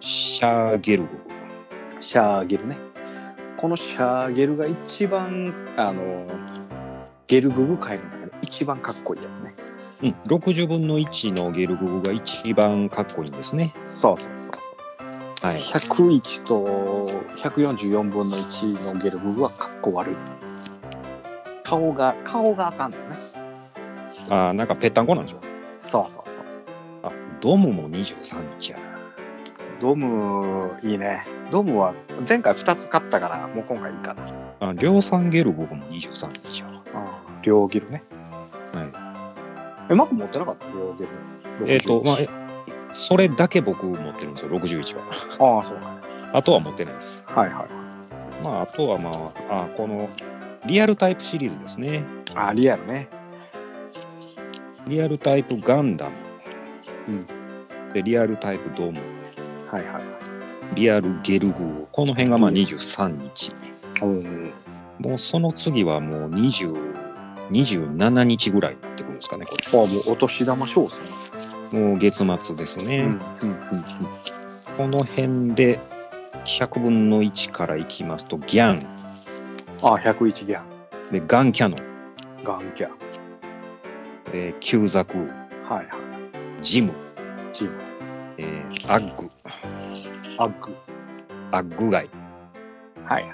シャーゲルグ
シャーゲルねこのシャーゲルが一番あのゲルググ界の中で一番かっこいいやつね
うん、60分の1のゲルググが一番かっこいいんですね。
そうそうそう
はい。
101と144分の1のゲルググはかっこ悪い顔が顔があかんのね
あーなんかぺったんこなんでしょ
そうそうそうそう
あ、ドムも23日やな。
ドムいいねドムは前回2つ買ったからもう今回いいかな
あ、量産ゲルググも23日やな。
両ゲルね
は
えマック持ってなかった両ゲル
い。えっ、と、まあ、えそれだけ僕持ってるんですよ、61は。
ああそうか
あとは持ってないです。
はいはい
まあ、あとはまあ、あこの、リアルタイプシリーズですね。
あリアルね
リアルタイプガンダム。
うん
で、リアルタイプドム。
はいはいはい
リアルゲルググ。この辺がまあ23日。
うん
もうその次はもう20 27日ぐらいになってくるんですかね、こ
あもうお年玉賞戦
れ。もう月末です
う
ね。
うんうん
この辺で100分の1からいきますと、ギャン、
あ101ギャン
でガンキャノン、
ガンキャ
えー、旧ザク、
はいは
ジム、
いチーム
えーアッグ、
アッグ
アッグガイ、
はいはい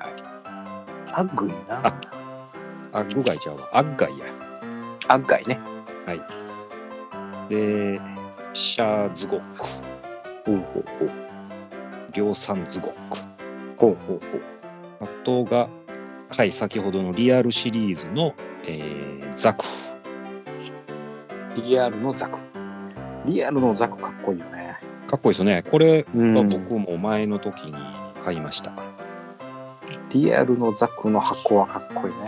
アッグいいな
あアッグガイちゃうわ、アッガイや。
アッガイね
で、シャーズゴック、
ほうほうほう
量産ズゴック。
ほうほうほう
あとが、はい、先ほどのリアルシリーズの、えーザク。
リアルのザクリアルのザクかっこいいよね
かっこいいですね。これ
う
は
ん
僕も前の時に買いました。
リアルのザクの箱はかっこいいね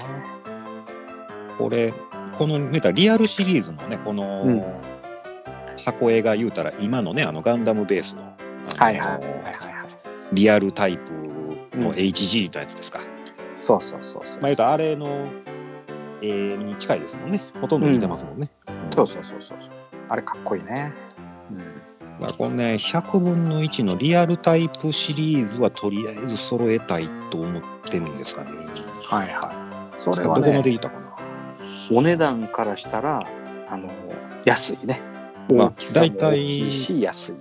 これ、この見たらリアルシリーズのね、こ
う
の
ん
箱絵が言うたら、今のね、あのガンダムベースの、あの
はいはいはいはいはい
リアルタイプ
う
の
ん
HG のやつですか。
そうそうそうそう
まあ言うたらあれの絵に近いですもんね。ほとんど似てますもんね。
そうそうそうそうそうあれかっこいいねうん
だからこのね、100分の1のリアルタイプシリーズはとりあえず揃えたいと思ってるんですかね。
はいはいそ
ど
れ
こ
はね
まで言ったかな。
お値段からしたらあの安いね
まあ
大きさも
大体
大きいし安いね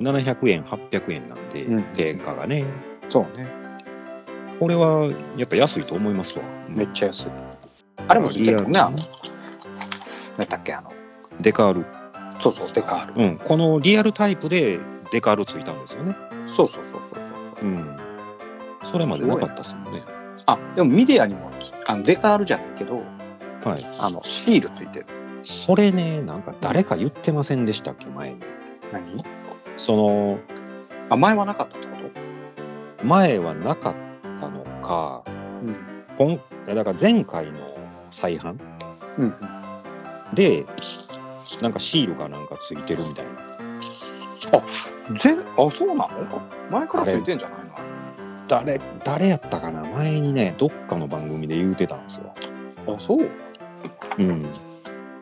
700円、800円なんで、
うん
定価がね。
そうね
これはやっぱ安いと思いますわ。
めっちゃ安いあれもついてるもんねあの何だっけあの
デカール。
そうそうデカール
うん。このリアルタイプでデカールついたんですよね。
そうそうそうそうそうそう
うん。それまでなかったっすもんね。
あでもミディアにもあのデカールじゃないけど
はい。
あのシールついてる
それねなんか誰か言ってませんでしたっけ前に
何
その
あ、前はなかったってこと
前はなかったのか
うん。
今だから前回の再販
うん。
でなんかシールがなんかついてるみたいな
全、あ、そうなの前からついてんじゃないの
誰誰やったかな前にねどっかの番組で言うてたんですよ
あそう。
うん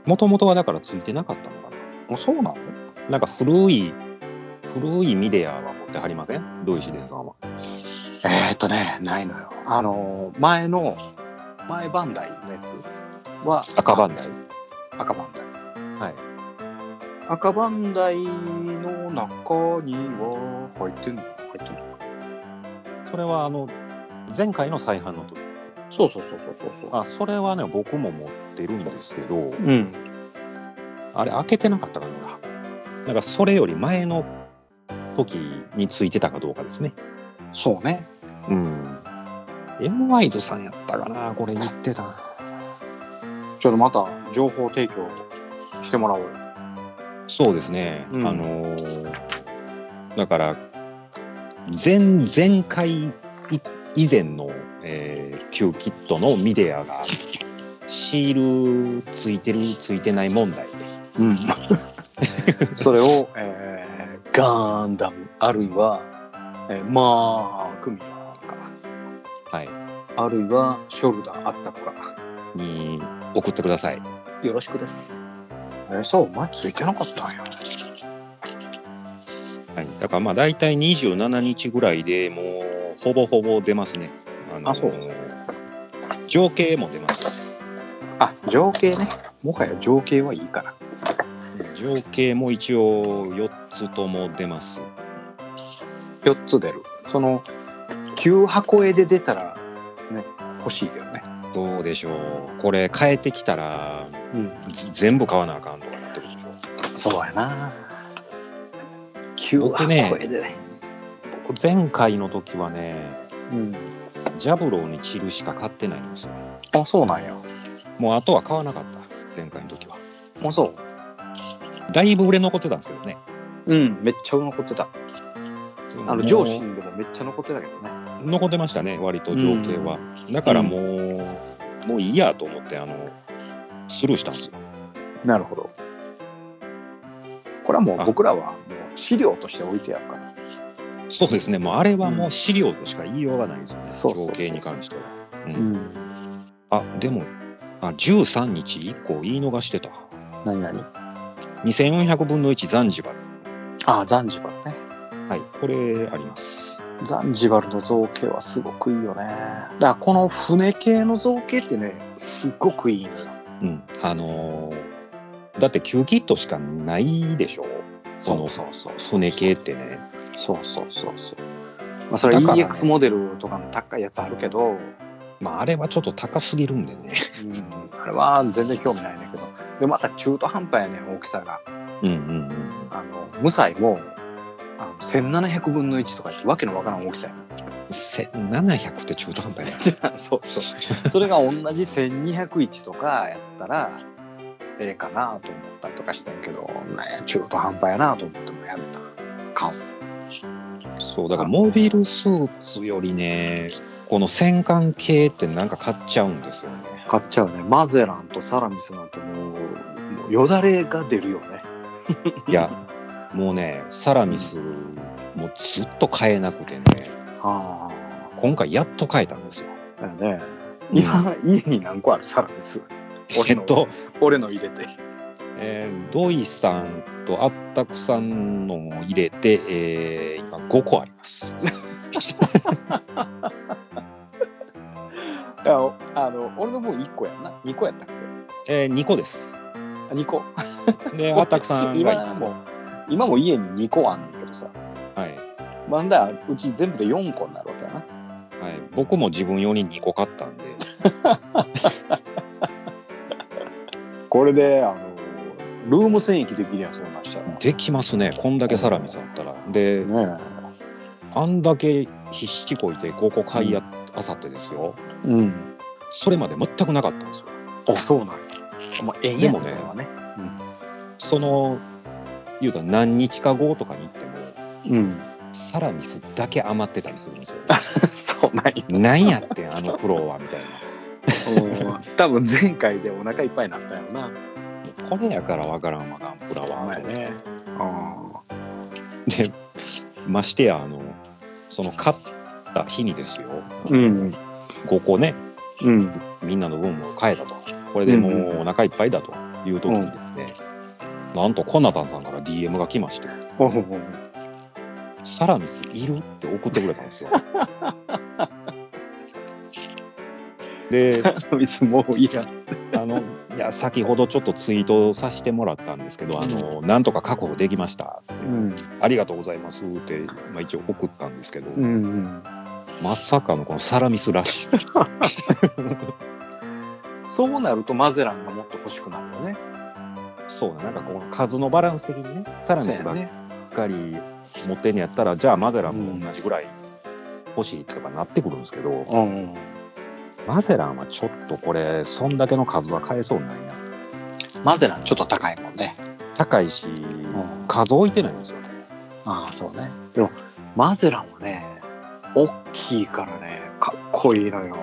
もともとはだからついてなかったのか
あ、そうなの
ななんか古い古いミディアは持ってはりません土井紫伝さんは
えー、っとね、ないのよ。あのー、前の、前バンダイのやつは、
赤番台
赤バンダイ。
はい
赤バンダイの中には入ってんの入ってんの
それはあの前回の再販の時
そうそうそうそうそうそう。
あそれはね僕も持ってるんですけど
うん。
あれ開けてなかったかなだからそれより前の時についてたかどうかですね
そうね。
うん。M ワイズさんやったかな、これ言ってた。
ちょっとまた情報提供してもらおう。
そうですね。
うん
あのーだから、前、前回い以前の、えー、旧キットのミデアが、シールついてる、ついてない問題
うん。 それを、えー、ガンダム、あるいは、えー、マークミラーか。
はい、
あるいは、ショルダーあったか。
に送ってください。
よろしくです。えー、そう、お前ついてなかったんや。
はい、だからまあ大体27日ぐらいでもうほぼほぼ出ますね。あのー
あそう
情景も出ます。
あ、情景ね。もはや情景はいいから。
情景も一応4つとも出ます。
4つ出る。その、9箱絵で出たら、ね、欲しいけどね。
どうでしょう。これ変えてきたら
うん。
ぜ全部買わなあかんとかなってくるでしょ。
そうやな。9箱
僕ね
絵でね。
僕前回の時はね、
うん。
ジャブローに散るしか買ってないんですよ。
あ、そうなんや。
もうあとは買わなかった。前回の時は。
あ、そう。
だいぶ売れ残ってたんですけどね。
うん、めっちゃ残ってた。あ
も
の
う
上司にでもめっちゃ残ってたけどね。
残ってましたね割と情景は、だからもう、もういいやと思ってあのスルーしたんですよ
なるほど。これはもう
あ
僕らはもう資料として置いてやるから。
そうですねもうあれはもう資料としか言いようがないですよね、
そうそうそう
情景に関しては、うん
ん。
あでもあ13日以降言い逃してた
何何
2400分の1ザンジバル
あ、ザンジバルね。
はいこれあります
ザンジバルの造形はすごくいいよね。だからこの船系の造形ってね、すっごくいいのよ。
うんあのーだって旧キットしかないでしょその
うそう
船系ってね
そうそうそうそう。まあそれは
だからね
EX モデルとかの高いやつあるけど、
まああれはちょっと高すぎるんでね
うん、あれは全然興味ないんだけど。で、また中途半端やねん、大きさが。
うんうんうん
あの、無彩も、あの、1700分の1とかってわけのわからん大きさやねん
1700って中途半端や な
そうそう。それが同じ1201とかやったら、ええかなと思ったりとかしてんけど、ね、中途半端やなと思ってもやめた。買う。
そうだからモビルスーツよりねこの戦艦系ってなんか買っちゃうんです よね
買っちゃうね。マゼランとサラミスなんてもう、もうよだれが出るよね。
いやもうねサラミスもうずっと買えなくてね
あ
今回やっと買えたんですよ
あ。だよね。今、家に何個あるサラミス。
え
俺の
っと、
俺の入れて。
えードイさんとアッタクさんのも入れて、えー今5個あります
あの、あの俺の分1個やんな。2個やったっけ
えー2個です
あ ?2 個。
でアッタクさんが
今も、今も家に2個あんねんけどさ。
はい
まあだからうち全部で4個になるわけやな。
はい、僕も自分用に2個買ったんで
これで、あの、ルーム戦役できるやん、そんなんしたら。
できますねこんだけサラミスあったらで
ね
あんだけ必死こいて高校買いああさってですよ
え。うん。
それまで全くなかったんですよ
あ、そうなんや。まあ、縁や
でもね
これはね。
その言うたら何日か後とかに行っても
うん。
サラミスだけ余ってたりするんですよ、ね、
そうなんや。
なんやってんあの苦労はみたい
多分前回でお腹いっぱいになったやろな。
なこれやからわからんわナンプラは、
ね。あ
でましてやあのその買った日にですよ、
あ。うん。
5個ね
うん。
みんなの分も買えたとこれでもうお腹いっぱいだという時にですね、なんとコナタンさんから DM が来まして
おお。
「サラミスいる?」って送ってくれたん ですよで
ミスもういいや。
あのいや先ほどちょっとツイートさせてもらったんですけど「あのなんとか確保できました」
うん。
ありがとうございます」って、まあ、一応送ったんですけど、
うん。
まさかのこのサラミスラッシュ
そうなるとマゼランがもっと欲しくなるよね。
そうだなんかこの数のバランス的にねサラミスばっ
そうやね。
かり持ってんのやったらじゃあマゼランも同じぐらい欲しいとかなってくるんですけど、
うん。
マゼランはちょっとこれそんだけの数は買えそうにないな
マゼランちょっと高いもんね。
高いし
ん
数置いてないんですよね
ああ、そうね。でも、マゼランはね、大きいからね、かっこいいのよ。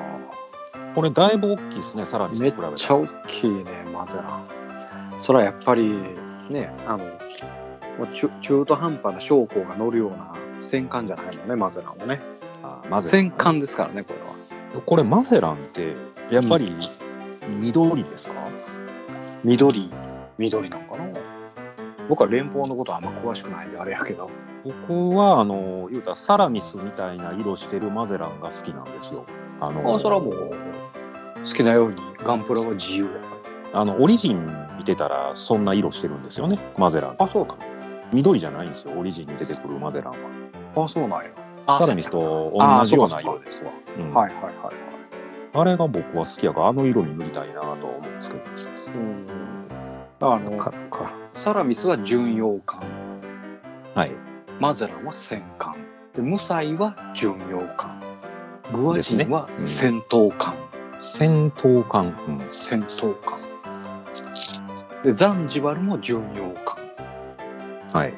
これだいぶ大きいですねサラミス
め
と
っ
比べたら
ちゃ大きいね、マゼラン。それはやっぱり、ね、あの、もう中中途半端な将校が乗るような戦艦じゃないもんね、マゼランはね。
あマゼラン
戦艦ですからね、これは。
これマゼランってやっぱり緑ですか、
緑、緑なんかな僕は連邦のことはあんま詳しくないんで、あれやけど。
僕はあの言うたらサラミスみたいな色してるマゼランが好きなんですよあの
あそれはもう、好きなようにガンプラは自由やか
あのオリジン見てたらそんな色してるんですよねマゼラン
ら。あ、そうか。
緑じゃないんですよオリジンに出てくるマゼランは
あ、そうなんや。あ
サラミスと
あ
同じような
そう
色
か
ですわうん
はいはいはいはい。
あれが僕は好きやからあの色に塗りたいなとは思うんですけ
う
ど
ん。あの、
かか
サラミスは巡洋艦、
はい
マゼランは戦艦、でムサイは巡洋艦、グアチンは
ですね
戦闘艦、
戦闘艦、うん
戦闘艦。で、ザンジバルも巡洋艦。
はい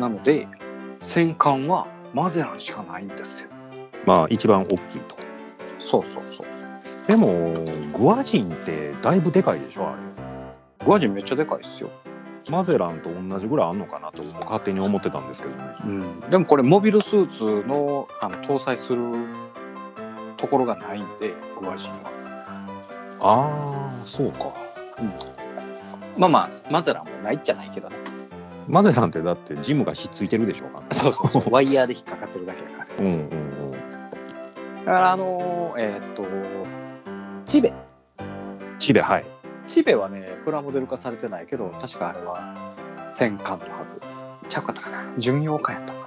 なので、戦艦はマゼランしかないんですよ。
まあ一番大きいと
そうそうそう。
でもグアジンってだいぶでかいでしょあれ
グアチンめっちゃでかいっすよ。
マゼランと同じぐらいあんのかなと勝手に思ってたんですけどね
うん。でもこれ、モビルスーツのあの搭載するところがないんで、グアチンは。
ああそうか
まあまあ、マゼランもないじゃないけどね。
マゼランってだってジムがひっついてるでしょうか
そうそう そう。ワイヤーで引っかかってるだけやから。
うんうんうん
だから、あのーえーっと、チベ。
チベはい
チベはね、プラモデル化されてないけど、確かあれは戦艦のはず。ちゃうかったかな。巡洋艦やったか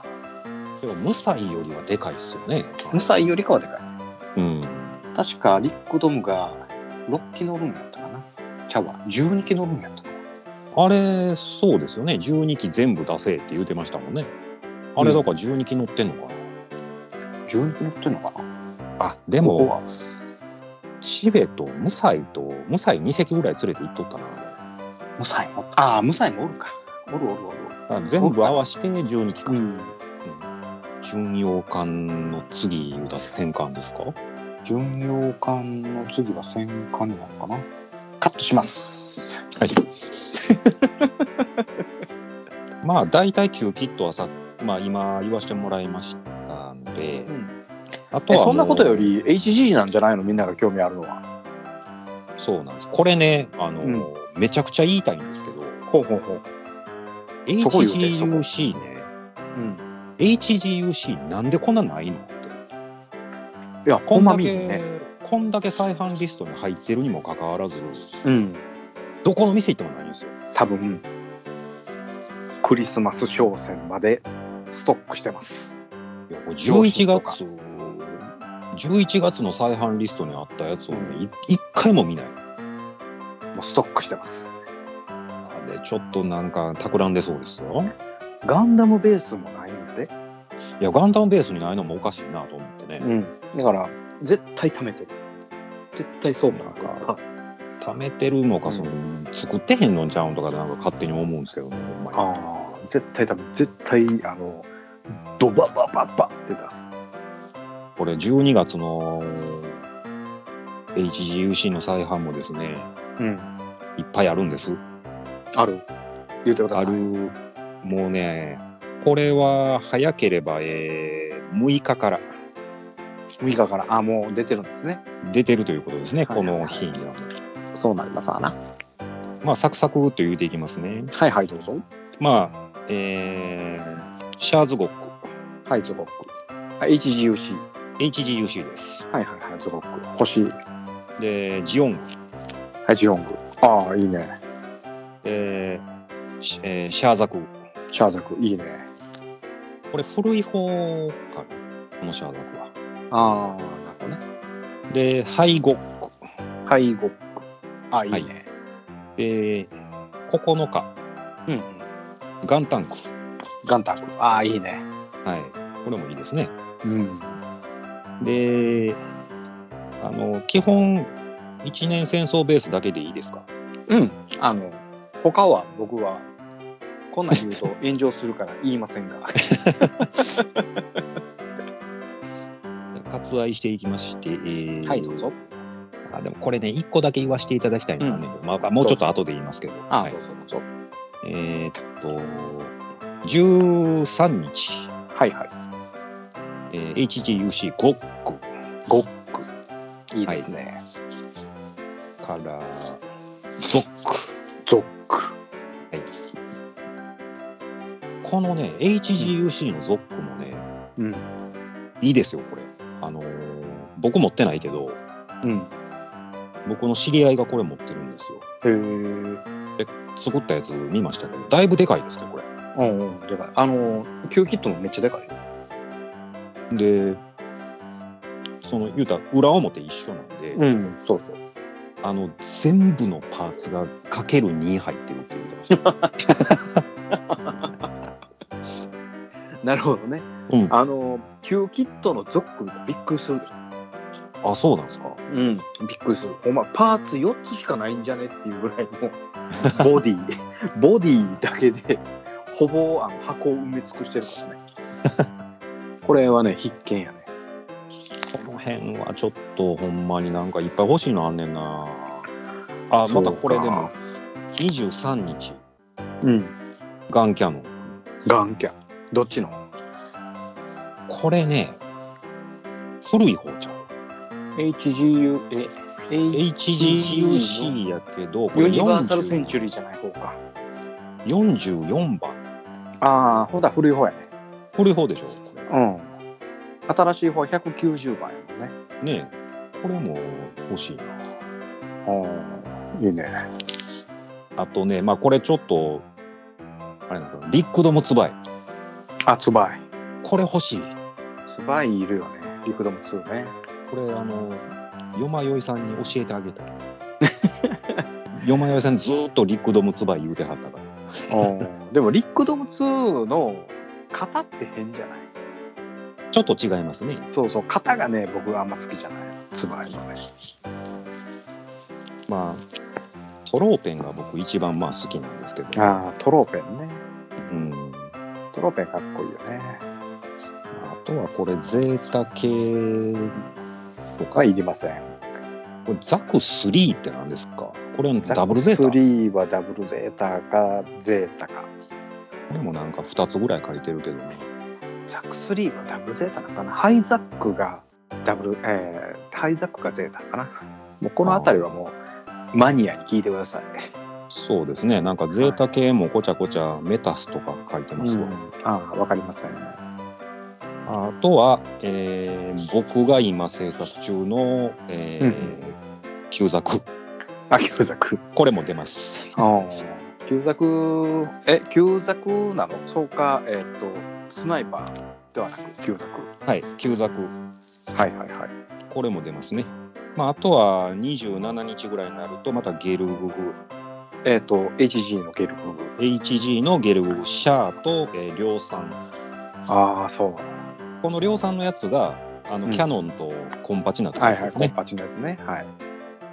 な。
でもムサイよりはでかいっすよね
無彩よりかはでかい。
うん
確か、リックドムが6機乗るんやったかな。ちゃうわ。12機乗るんやったかな。
あれそうですよね12機全部出せって言うてましたもんねあれだから12機乗ってんのかな、
12機乗ってんのかな。
あで
ここ
も
は
チベとムサイとムサイ2隻ぐらい連れて行っとったな
無彩も。ああ、無彩もおるか。おるおるおるおる。
だから全部合わして12機か
うん。
巡洋艦の次言うた戦艦ですか
巡洋艦の次は戦艦になるかな。カットします。
はい。まあ大体旧キットはさ、まあ、今言わせてもらいましたので、
ん
あと
え
はも
そ
う
んなことより HG なんじゃないのみんなが興味あるのは。
そうなんですこれねあの、
うん
めちゃくちゃ言いたいんですけど
ほうほうほう。そこ言うてそこ
HGUC ね
うん。
HGUC なんでこんなないのって
いや、
こ
ほ
ん
んま
だ
見
け、
るね。
こんだけ再販リストに入ってるにもかかわらず
うん。
どこの店行ってもないんですよ
多分、クリスマス商戦までストックしてます。
いやこれ
良
11
品とか
月11月の再販リストにあったやつをね、い一回も見ない
もうストックしてます。
あれちょっとなんか企んでそうですよ
ガンダムベースもないんやで。
いやガンダムベースにないのもおかしいなと思ってね、
ん。だから、絶対貯めてる。絶対そうなんか。
貯めてるのか、その作ってへんのんちゃうんとかなんか勝手に思うんですけどね、ほんまに
ああ絶対多分絶対あのドババババって出す
これ12月の HGUC の再販もですね
うん
いっぱいあるんです
ある言うてくださ
あ
い
るもうねこれは早ければ、えー6日から
6日からあもう出てるんですね
出てるということですね、
はいはいはい
この品が
そうなりますわな
まあサクサクっと言うていきますね
はいはいどうぞ
まあえーシャーズゴック
はいズボックあ HGUC
HGUC です
はいはいはいズボック星
でジオング、
ジオングああいいね
えーしえーシャーザク
シャーザクいいね
これ古い方かなこのシャーザクは
ああなるほどね
でハイゴック
はいゴックあいいね、
で9日
うん
ガンタンク
ガンタークああいいね
はいこれもいいですね
うん
であの基本一年戦争ベースだけでいいですか
うんあの他は僕はこんなん言うと炎上するから言いませ んが
割愛していきまして、えー
はいどうぞ
あでもこれね一個だけ言わせていただきたいのはね、まあ、もうちょっと後で言いますけど
ああ、
はい
どうぞどうぞ
えーっと13日、
はいはい
えー HGUC ゴック
ゴックいいですね、
からゾッ
ゾック
クこのね HGUC のゾックもね
うん
いいですよこれあのー僕持ってないけど
うん
僕の知り合いがこれ持ってるんですよ
へえ
作ったやつ見ましたけどだいぶでかいですねこれ
うんうんでかいあのキューキットもめっちゃでかいよ
でその言うたら裏表一緒なんで、
うんそうそう
あの全部のパーツがかける2入ってるって言ってました
なるほどね、
うん
あのキューキットのゾック見たらびっくりする
あそうなんですか
うんびっくりするお前パーツ4つしかないんじゃねっていうぐ らいのボディ ボディだけでほぼあの箱を埋め尽くしてるからね これはね必見やね
この辺はちょっとほんまになんかいっぱい欲しいのあんねんなあ
そ
ま
うか
たこれでも23日
うん
ガンキャノン
ガンキャどっちの
これね古い方ちゃう
?HGU え
HGUC やけどこ
ユ
れ
ニバーサルセン
40
チュリーじゃない方か
44番
ああほんだ古い方やね
古い方でしょこ
う
れ
ん新しい方は190番やもんね
ねえこれも欲しいな
ああいいね
あとねまあこれちょっとあれなんだけどリックドもつばい
あツバイ
これ欲しい
ツバイいるよねリクドム2ね
これあのよまよいさんに教えてあげたいよまよい さんずーっとリックドムツバイ言うてはったから
でもリックドム2の型って変じゃない
ちょっと違いますね
そうそう型がね僕はあんま好きじゃないつばいのね
まあトローペンが僕一番まあ好きなんですけど、
ああトローペンね
うん、
トローペンかっこいいよね
あとはこれゼータ系とか、
はいりません
これザク3って何ですかこれダブルゼータこ
3はダブルゼータかゼータか
れもなんか2つぐらい借りてるけどね
ザック3はダブルゼータなのかなハイザックがダブルえー、ハイザックがゼータかなもうこの辺りはもうマニアに聞いてください
そうですねなんかゼータ系もごちゃごちゃメタスとか書いてますわ、
ああわかりません
あとは、えー僕が今制作中の、えー旧作
あ旧作
これも出ます
旧作え旧作なのそうかえっ、とスナイパーではなく旧作
はい旧作
はいはいはい
これも出ますね、まあ、あとは27日ぐらいになるとまたゲルググ
えっ、と HG のゲルググ
HG のゲルググシャーと、えー、量産
ああそう
この量産のやつがあの、
うん
キャノンとコンパチなって
は
や
い
つ
は
で
い
す
コン
ね、
パチのやつねはい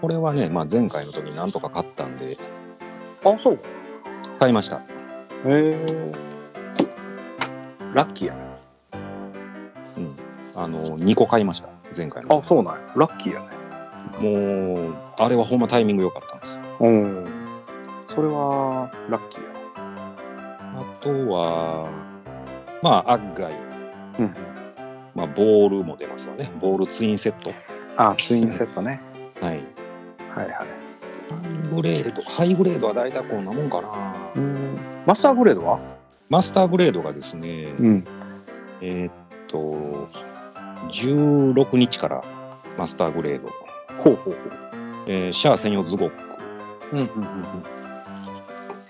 これはね、まあ、前回の時になんとか買ったんで、
あ、そう。
買いました。
へえ。ラッキーやね。
うん。あの、2個買いました。前回の。
あ、そうなんや。ラッキーやね。
もう、あれはほんまタイミング良かったんですよ。
うん。それは、ラッキーや。
あとは、まあ、アッガイ。
うん。
まあ、ボールも出ますよね。ボールツインセット。
あ、ツインセットね。
はい。
はいはい。
ハイグレード、ハイグレードは大体こんなもんかな。
うん。マスターグレードは
マスターグレードがですね、
うん。
えーっと、16日からマスターグレード、
ほうほうほ
えーシャア専用ズゴック、
う。うんうん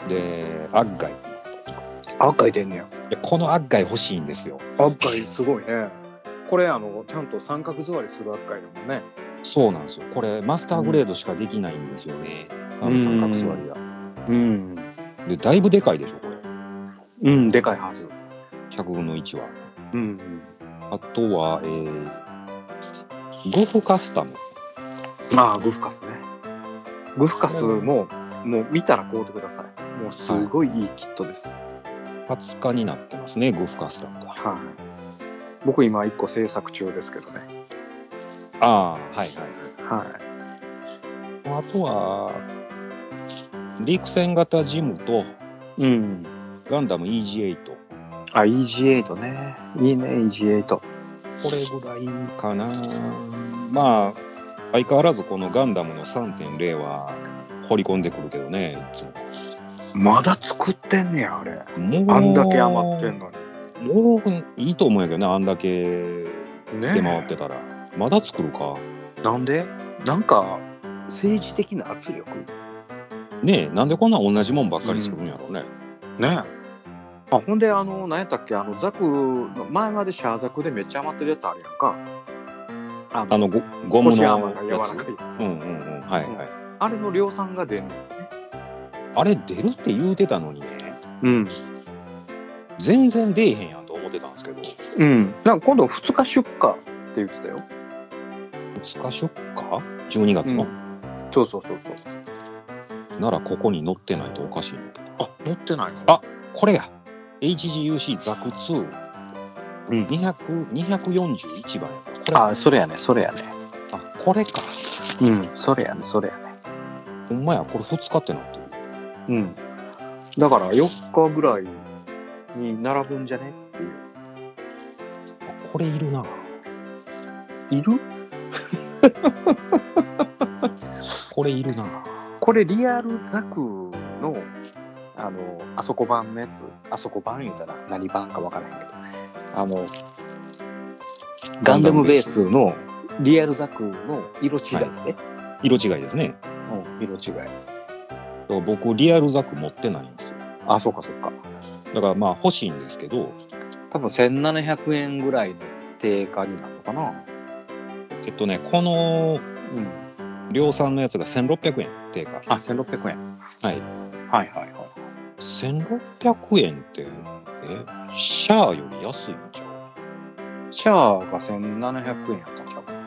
うん。
で、アッガイ。い
赤い出んねや。
やこのアッガイ欲しいんですよ。
赤いすごいね。これ、あの、ちゃんと三角座りする赤いだもんね。
そうなんですよ。これ、マスターグレードしかできないんですよね。あの三角座りが。
うん。
で、だいぶでかいでしょ、こ
う
れ。
ん、でかいはず。
100分の1は。
うん。
あとは、えー、ゴフカスタム。
まあ、グフカスね。グフカスも、もう見たら買うてください。もうすごいいいキットです。はい。
20日になってますね、ゴフカスタムが。
僕今一個制作中ですけどね。
ああー、はいはい。
はい。
あとは、陸戦型ジムと
うん。
ガンダム EG8。こ
あ、EG8 ね。いいね、EG8。
れぐらいかな。まあ、相変わらずこのガンダムの3.0は掘り込んでくるけどね、いつ
まだ作ってんねや、あれ。
も。もう
あんだけ余ってんのに。
もういいと思うんやけどな、あんだけ
ね
出回ってたら。まだ作るか。
なんでなんか、政治的な圧力
ねえ、なんでこんな同じもんばっかり作るんやろうね。
ねあほんで、あの、何やったっけ、あの、ザクの、前までシャーザクでめっちゃ余ってるやつあるやんか。あ
あの、ゴゴムの
腰
や
山が柔らかいやつ
つ。うんうんうん。はいはい。
あれの量産が出んねん。
あれ出るって言うてたのにね、
うん。
全然出えへんやんと思ってたんですけど。
うん。なんか今度2日出荷って言ってたよ。
2日出荷 ?12 月の、
そうそうそうそう。
ならここに載ってないとおかしいの
あ、乗ってないの
あこれや HGUC ザク2、
うん
200 241番やからこれあ
あ、それやね、それやね。
これか
うん、それやね、それやね。
ほんまやこれ2日ってなってる
うん。だから4日ぐらいに並ぶんじゃねっていう。
あこれいるない
る
これいるな
これリアルザクのあのあそこ版のやつあそこ版言うたら何版か分からへんけどあのガンダムベースのリアルザクの色違いね、
色違いですね
うん、色違い
僕リアルザク持ってないんですよ
あそうかそうか
だからまあ欲しいんですけど
多分1700円ぐらいの定価になるのかな
えっとねこの
うん
量産のやつが1600円定価
あ1600円
はい
はいはいはい
1600円ってえシャアより安いんちゃう
シャアが1700円やったんちゃうかな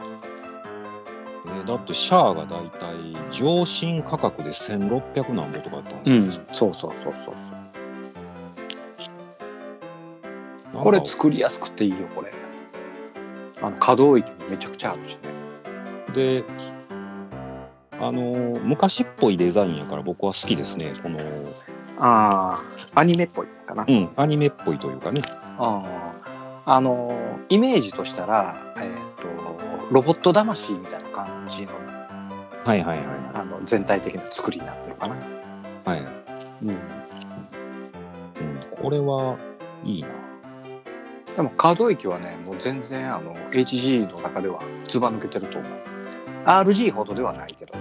えーだってシャアがだいたい上新価格で1600何本とかだったの、なんか
そうそうそうそうこれ作りやすくていいよこれあの可動域もめちゃくちゃあるしね
であのー昔っぽいデザインやから僕は好きですねこの、
ああ、アニメっぽいかな。
うん、アニメっぽいというかね
あーあのー、イメージとしたら、えっ、と、ロボット魂みたいな感じの、
はいはいは
あの、全体的な作りになってるかな。
いはい、
うん。で
うん、これはいいな
も、可動域はね、もう全然、あの、HG の中では、ずば抜けてると思う。RG ほどではないけど。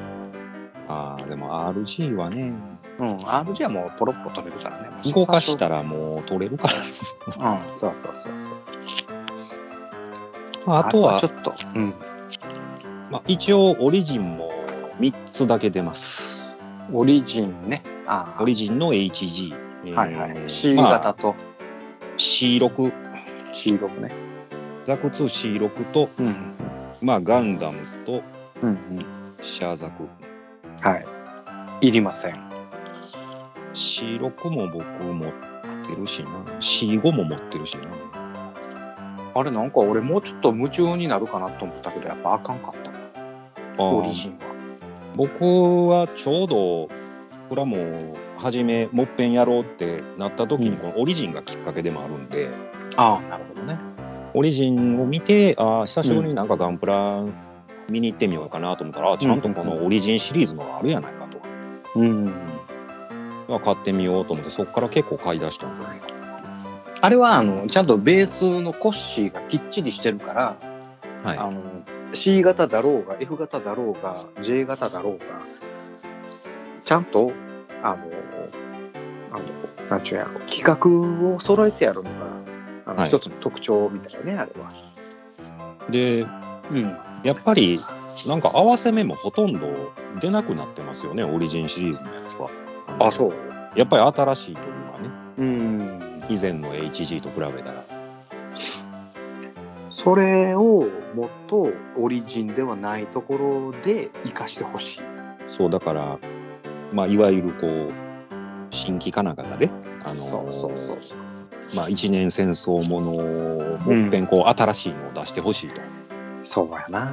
あーでも RG はね
うん、RG はもうポロッと取れるからね。
動かした
ら。
らもう取れるか
う
ら
ん、そうそうそうそう。
まああとは
ちょっと、うん。
まあ、一応オリジンも3つだけ出ます
オリジンね。ああ、
オリジンの HG、えー
はいはい。C
まあ
型と
C6
C6 ね。
ザク 2C6 と、
うん。
まあ、ガンダムと、
うんうん。
シャーザク。
いりません。
C6 も僕持ってるしな。C5 も持ってるしな。
あれなんか俺もうちょっと夢中になるかなと思ったけどやっぱあかんかったな
あ
オ
あ
リジンは
僕はちょうど、これはもう、初め、もっぺんやろうってなった時に、このオリジンがきっかけでもあるんで、
ああなるほどね
オリジンを見て、ああ、久しぶりになんかガンプラ見に行ってみようかなと思ったら、あちゃんとこのオリジンシリーズのあるやないかと。
うん
まあ買ってみようと思って、そこから結構買い出したんだね。
あれはあのちゃんとベースのコッシーがきっちりしてるから、
はい。
あの C 型だろうが F 型だろうが J 型だろうがちゃんとあのあのなんちゅうんやろ企画を揃えてやるのがあの、
はい
一つの特徴みたいねあれは。
で、
うん、
やっぱりなんか合わせ目もほとんど出なくなってますよねオリジンシリーズのやつは
あそうう。
やっぱり新しいというかね
うん
以前の HG と比べたら
それをもっとオリジンではないところで生かしてほしい。
そうだからまあいわゆるこう新規金型であの
うそう。
まあ一年戦争ものをもっぺんこう新しいのを出してほしいと、
そうやな。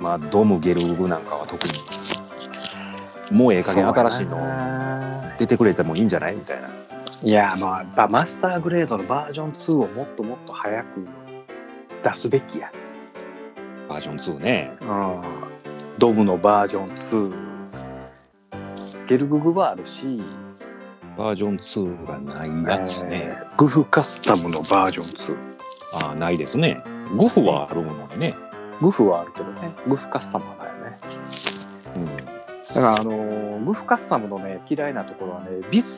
まあドムゲルグなんかは特にもうええ加減新しい
そうや
の
な
出てくれてもいいんじゃないみたいない
やまあばマスターグレードのバージョン2をもっともっと早く出すべきや、
バージョン2ね
うん、ドムのバージョン2ゲルググはあるし、
バージョン2がないやつね、
えーグフカスタムのバージョン
ああ、ないですね。ゴフはあるものにね。
2グフはあるけどねグフカスタムはないよね
うん。
だからあのーグフカスタムのね嫌いなところはねビス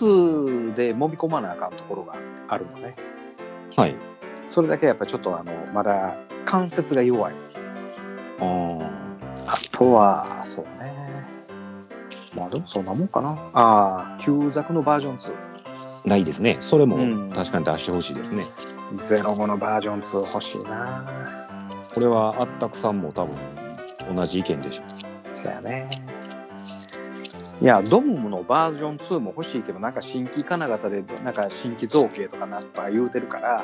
で揉み込まなあかんところがあるのね
はい。
それだけやっぱちょっとあのまだ関節が弱い
あ
あとは、そうね。まあでもそんなもんかな。ああ、旧ザクのバージョン
あ、ないですね。それも
うん
確かに出してほしいですね。
2。ゼロ後のバージョン2欲しいな。
これはあったくさんも多分同じ意見でしょ
そやね。いや、ドムのバージョン2も欲しいけど、なんか新規金型で、なんか新規造形とかなんとか言うてるから、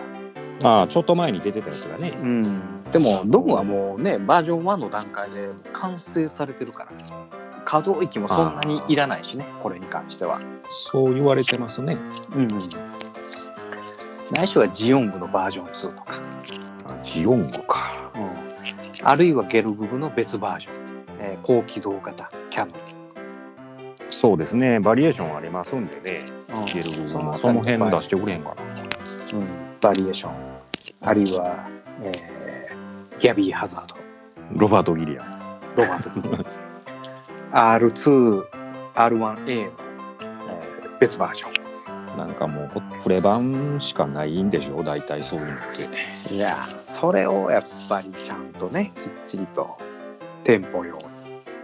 う。ああ、ちょっと前に出てたやつがね。
うん。でも、ドムはもうね、バージョン1の段階で完成されてるから、可動域もそんなにいらないしね、これに関しては。
そう言われてますね。
うん。ないしはジオングのバージョン2とか。
あジオンゴか。
うん、あるいはゲルググの別バージョン、えー高機動型キャノン、
そうですね。バリエーションありますんでね。ゲルググもその辺出してくれへんか
うんバリエーションあるいは、えーギャビー・ハザード
な。ロバート・ギリア。
ロバート R2R1A の、えー別バージョ
なんかもうこプレ版しかないんでしょ大体そういうのって。
ンいやーそれをやっぱりちゃんとねきっちりと店舗用に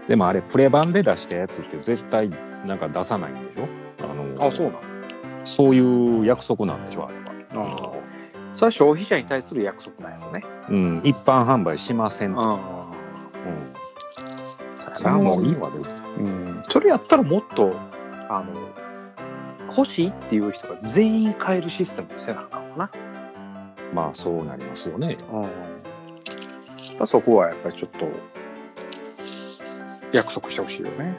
でもあれプレ版で出したやつって絶対なんか出さないんでしょあの
うなの
そういう約束なんでしょ、あれは。
それは消費者に対する約束なんやろね
うん、一般販売しませんと。
あ
うん、
あ
それはもういいわで。
うんそれやったらもっとあの欲しいっていう人が全員買えるシステムにせなあかんか
まあそうなりますよね。
な、うん、そこはやっぱりちょっと約束してほしいよね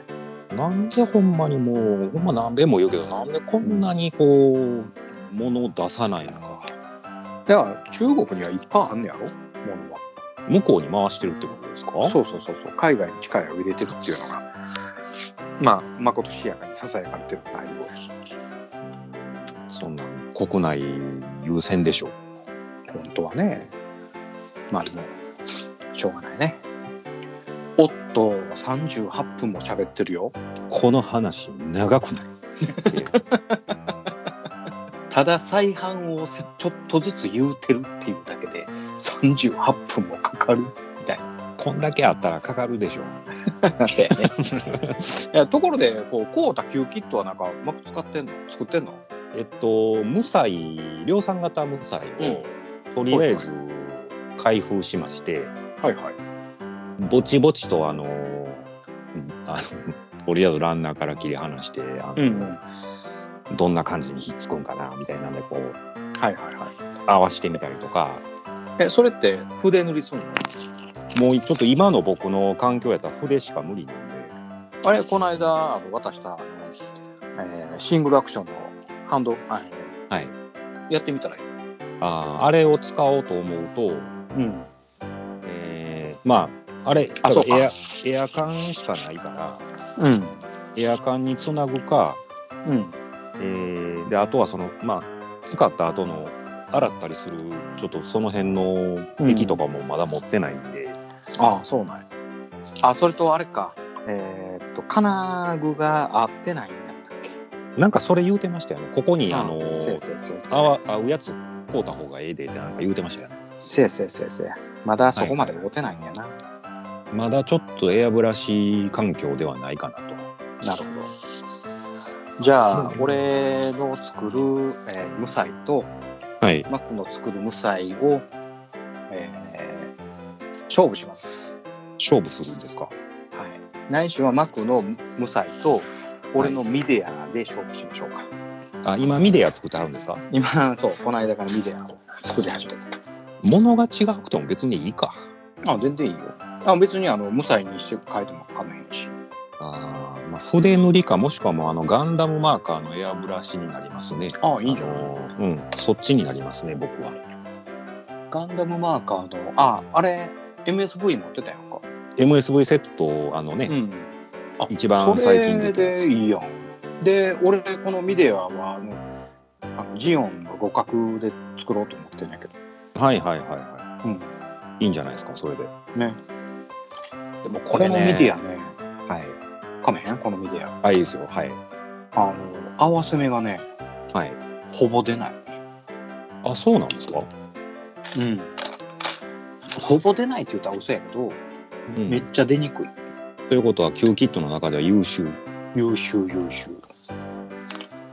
なんでほんまにもう、ほんま何べんも言うけど、なんでこんなにこう、物を出さないのか。
だから中国にはいっぱいあんねやろものは
向こうに回してるってことですか
そうそうそうそう海外に力を入れてるっていうのがまあまことしやかにささやかれてる内容です
そんなん国内優先でしょ。
本当はねまあでもしょうがないねおっと38分も喋ってるよ
この話長くない
ただ再販をせちょっとずつ言うてるっていうだけで38分もかかる
こんだけあったらかかるでしょ。
なんて、 いやところでこうコータ Q キットはなんかうまく使ってんの作ってんの
えっと、無彩、量産型無彩を、とりあえず開封しまして、
はいはい
ぼちぼちとあのーあの とりあえずランナーから切り離してあの、
うんうんは
どんな感じにひっつくんかなみたいなんでこう
いはいは
合わせてみたりとか
いえそれって筆塗りすんの
もうちょっと今の僕の環境やったら筆しか無理なんで
あれこの間あの渡したあの、えーシングルアクションのハンドあの
はい
やってみたらいい
あーあれを使おうと思うと、
うん
えーまああれ
あそうか
エアエアカンしかないから
うん
エアカンにつなぐか、
うん
えーであとはそのまあ使った後の洗ったりするちょっとその辺の液とかもまだ持ってないんで、
ああそうなんやあそれとあれかえーっと金具が合ってないんやったっけ
なんかそれ言うてましたよねここにあの
うんせいせいせいせい
合わ合うやつ買うた方がええでってなんか言うてましたよね
せいせいせいせいまだそこまで持てないんやな、
まだちょっとエアブラシ環境ではないかなと
なるほどじゃあ、俺の作る、えー無彩と
はい
マックの作る無彩を、えー勝負します
勝負するんですか
はい来週はマックの無彩と俺のミデアで勝負しましょうか、
あ今ミディア作ってあるんですか
今そうこの間からミデアを作り始めた
物が違くても別にいいか。
あ、全然いいよ。あ、別にあの無彩にして書いても構わへんし。
あーまあ、筆塗りかもしくはもうあのガンダムマーカーのエアブラシになりますね。
あ、いいんじゃない。
あのうん、そっちになりますね、僕は。
ガンダムマーカーの、あ、あれ MSV 持ってたやんか。
MSV セット、あのね、
ん。あ
一番最近
そ
出
れ
たやつ
でいいやん。で、俺このミデアはあのあのジオンの互角で作ろうと思ってんだけど。
はいはいはいは
うん。
い。いいんじゃないですか、それで。は
でも
こ
こ
れ
の
ね
ミディアね、
い。
かめへんこのミディア。
あ、いいですよ。はい。
あの合わせ目がね、
はい。
ほぼ出ない。
あ、そうなんですか、
うん。ほぼ出ないって言ったら嘘やけど、
う
めっ
ん、
ちゃ出にくい。
ということは、Q キットの中では優秀。
優秀優秀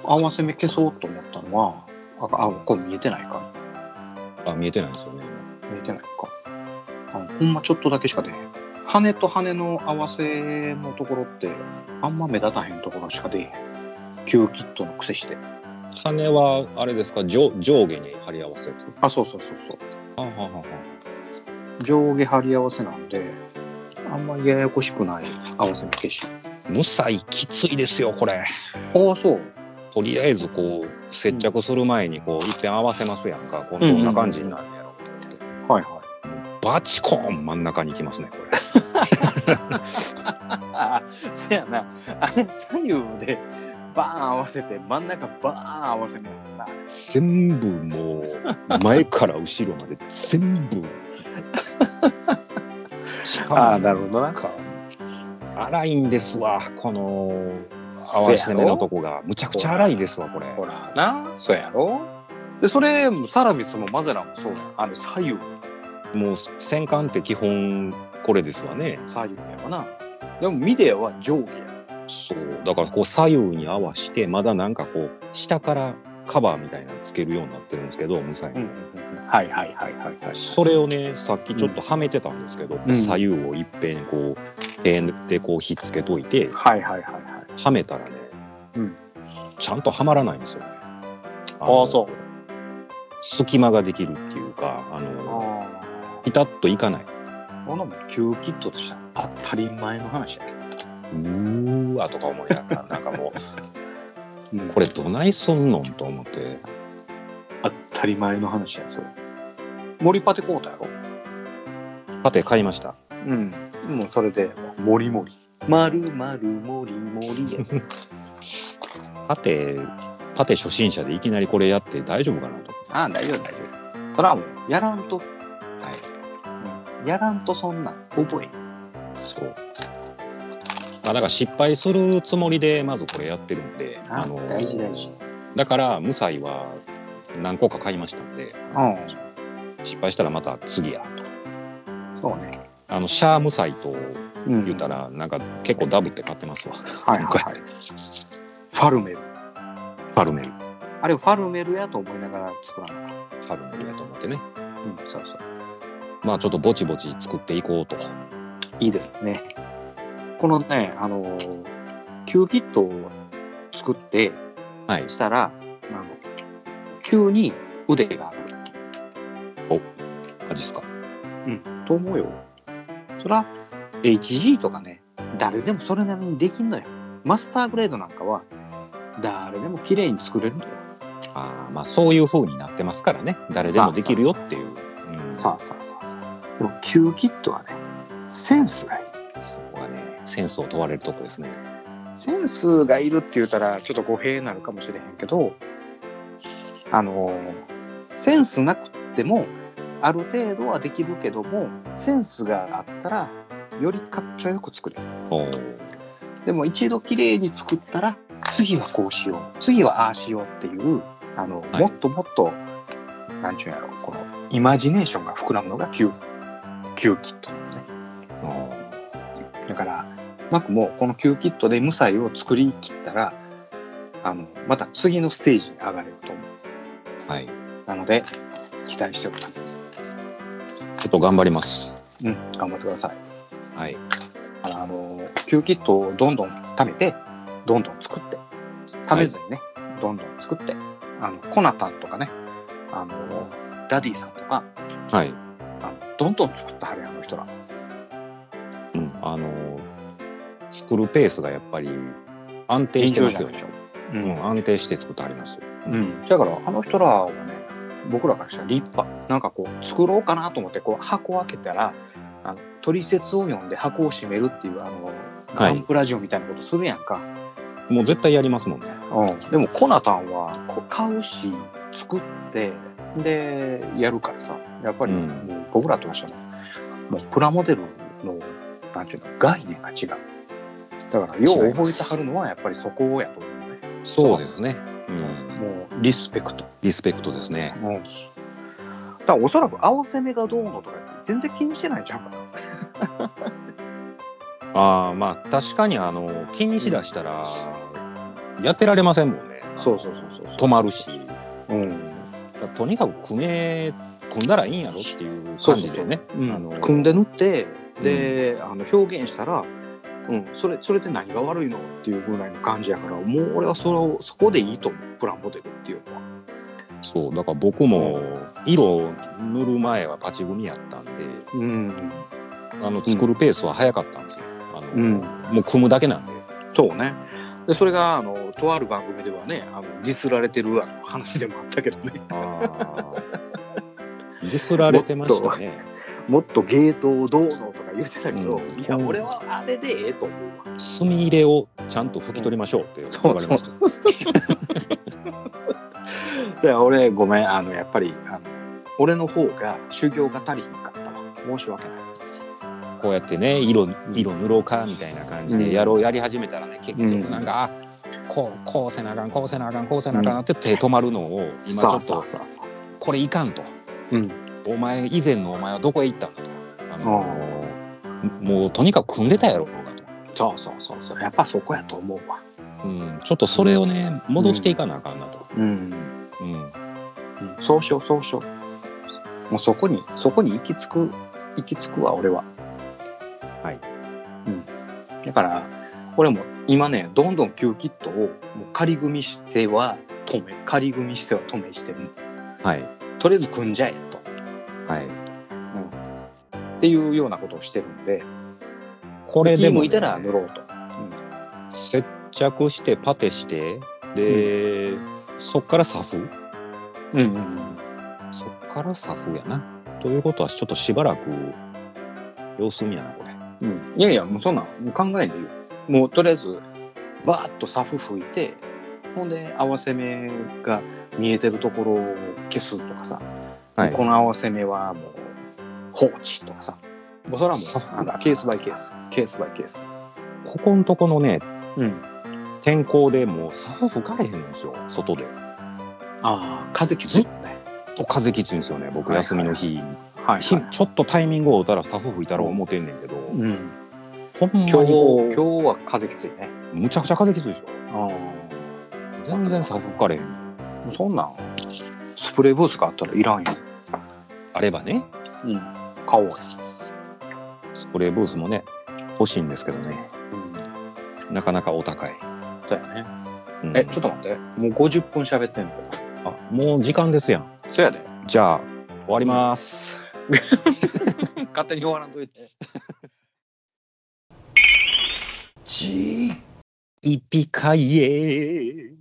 合わせ目消そうと思ったのはああこれ見えてないか
あ、見えてないですよね。
見えてないかあのほんまちょっとだけしか出へん羽と羽の合わせのところってあんま目立たへんところしか出へん旧キットの癖して
羽は、あれですか、上上下に貼り合わせるやつ。
あそうそうそうそう
あははは
上下張り合わせなんであんまりややこしくない合わせ目消し
無彩きついですよ、これ。
ああそう
とりあえずこう接着する前にこう一遍合わせますやんか、こん、
うんうん
どんな感じになるんやろうって、
はいはい
バチコーン真ん中にきますねこれ
ああせやなあれ左右でバーン合わせて真ん中バーン合わせ目やった
全部もう前から後ろまで全 部しかも
ああ、なるほどな。
荒いんですわこの合わせ目のとこがむちゃくちゃ荒いですわこれ
ほらな、そうやろ。で、それ、サラミスもマゼラもそうやん。あの、左右、
もう戦艦って基本これですわね
左右やわな。でも、ミデアは上下や。
そうだからこう左右に合わしてまだなんかこう下からカバーみたいなのつけるようになってるんですけど無彩の。
はいはいはいはいはい。
それをねさっきちょっとはめてたんですけど、
うん
左右をいっぺんこう手でこうひっつけといて
はいはいはいはい。
はめたらね、
うん
ちゃんとはまらないんですよね。あ
あ
の
あ、そう。
隙間ができるっていうかあの
ああ。
ピタッといかない
こんなもん、旧キットとしたら当たり前の話や。
うーわとか思いながらなんかも
う、
うんこれどないすんのんと思って
当たり前の話や、それ。森パテコータやろ。
パテ買いました
うん。もうそれで、モリモリ。まるまるモリモリや。
パテパテ初心者でいきなりこれやって大丈夫かなと
ああ、大丈夫、大丈夫。それはもう、やらんと、はい。やらんとそんなん、覚え。
そうまあだから失敗するつもりでまずこれやってるんで
あ
の
大事大事
だから無彩は何個か買いましたんで
う
失敗したらまた次やと
ん。そうね。
あのシャー無彩と
うん
言うたらなんか結構ダブって買ってますわ
はいはいはい。ファルメル。
ファルメルフ
あれ、ファルメルやと思いながら作らなかっ
ァルメルやと思ってね
た。うん、そうそう。
まあちょっとぼちぼち作っていこうと
いいですね。このね、あの、Q キットを作って、
はい
したら、あの、急に腕が上がる。
マジっすか。
うん、と思うよ。そら、HG とかね、誰でもそれなりにできんのよ。マスターグレードなんかは、誰でも綺麗に作れるのよ。
ああ、まあそういう風になってますからね。誰でもできるよっていう。うん
さあさあさあさあ。でも、Q キットはね、センスがいい。
そこがね、センスを問われるとこですね。
センスがいるって言ったらちょっと語弊になるかもしれへんけどあのセンスなくてもある程度はできるけどもセンスがあったらよりかっちょよく作れる
おー
でも一度きれいに作ったら次はこうしよう次はああしようっていうあの、
はい
もっともっとなんちゅうんやろこのイマジネーションが膨らむのがキューキューキットなのね
おー
だから、マクもこの Q キットで無彩を作り切ったら、あの、また次のステージに上がれると思う。
はい。ち
なので、期待しております。
ょっと頑張ります。
うん、頑張ってください。
はい。
あのあの、Q キットをどんどん貯めて、どんどん作って、貯めずにね、どんどん作って、あの、コナタンとかね、あの、ダディさんとか、
はい。
あのどんどん作ったはるやんあの人ら。
うん。あのー、作るペースがやっぱり安定
尋
して
常
ま
じゃないで
すよね
しょ。。う。
うんん、安定して作ってありますよ。
うん、だからあの人らはね僕らからしたら立派なんかこう作ろうかなと思ってこう箱を開けたらあの取説を読んで箱を閉めるっていうあのガンプラジオみたいなことするやんか、
もう絶対やりますもんね。
うん、でもコナタンはこう買うし作ってでやるからさやっぱり
うん
もう僕らとしてももうプラモデルのなんていうの概念が違うだからよう覚えてはるのはやっぱりそこやと思うね
そうですね。うん。
もうリスペクト
リスペクトですね。
うん。だからおそらく合わせ目がどうのとか全然気にしてないんちゃうかな。
ああ、まあ確かにあの、気にしだしたら、やってられませんもんね。
そうそうそ
止まるし。
う。うん。
とにかく組め組んだらいいんやろっていう感じでね
うん
あの
組んで塗って、で、あの表現したら、うん、それ、それって何が悪いのっていうぐらいの感じやから、もう俺はそれを、そこでいいと思う。プラモデルっていうのは。
そうだから僕も色を塗る前はパチ組やったんで
うん。
あの作るペースは早かったんですよ、あの
うん
もう組むだけなんで
そうね。で、それが、あの、とある番組ではね、あの、ディスられてるあの話でもあったけどね。
ディスられてましたね
もっとゲートをどうのとか言ってたけど、
うん
いや、俺はあれでええと思うわ。
墨入れをちゃんと拭き取りましょうって言われました、
そや俺ごめんあのやっぱりあの俺の方が修行が足りひんかったわ申し訳ない
こうやってね色色塗ろうかみたいな感じでやろう、やり始めたらね結局
うん
なんか、あこうこうせなあかんこうせなあかんこうせなあかんって手止まるのを今ちょっと
そうそう
これいかんと。
うん
お前以前のお前はどこへ行ったんだとあのもうとにかく組んでたやろうが
そうそうそうそうやっぱそこやと思うわ
と、うん、ちょっとそれをね戻していかなあかんなと、
うん、
うん
そうしようそうしようもうそこにそこに行き着く行き着くわ俺は
はい、
うん、だから俺も今ねどんどん旧キットをもう仮組みしては止め仮組みしては止めして
はい
とりあえず組んじゃえと
はい
っていうようなことをしてるんで
これでも,、
気向いたら塗ろうと
接着してパテしてで、そっからサフ
うんうん
そっからサフやなということはちょっとしばらく様子見やなこれ
うん、いやいやもうそんなんもう考えんでいいよもうとりあえずバーッとサフ吹いてほんで合わせ目が見えてるところを消すとかさ、
はい
この合わせ目はもう放置とかさもうそれは
サフ
もうあのケースバイケースケースバイケース
ここんとこのね
うん
天候でもうサフ吹かれへんのですよ外で
ああ風きついもんね
と風きついんですよね僕
はいはい
休みの日、
はい、
ひちょっとタイミングを打たらスタッフ吹いたら思ってんねんけど、
うん、
ほんまに
今日
こ
今
う
日は風きついね
むちゃくちゃ風きついでしょ
あ
全然スタッフ吹かれへん
あそんなんスプレーブースがあったらいらんよ、
あればね
うん、買おうよ
スプレーブースもね欲しいんですけどね
うん
なかなかお高い。
だよね。
うん
え、ちょっと待って。もう50分喋ってんの
あもう時間ですやん。
そやで。
じゃあ、終わります。
勝手に終わらんといて。
イピカイエ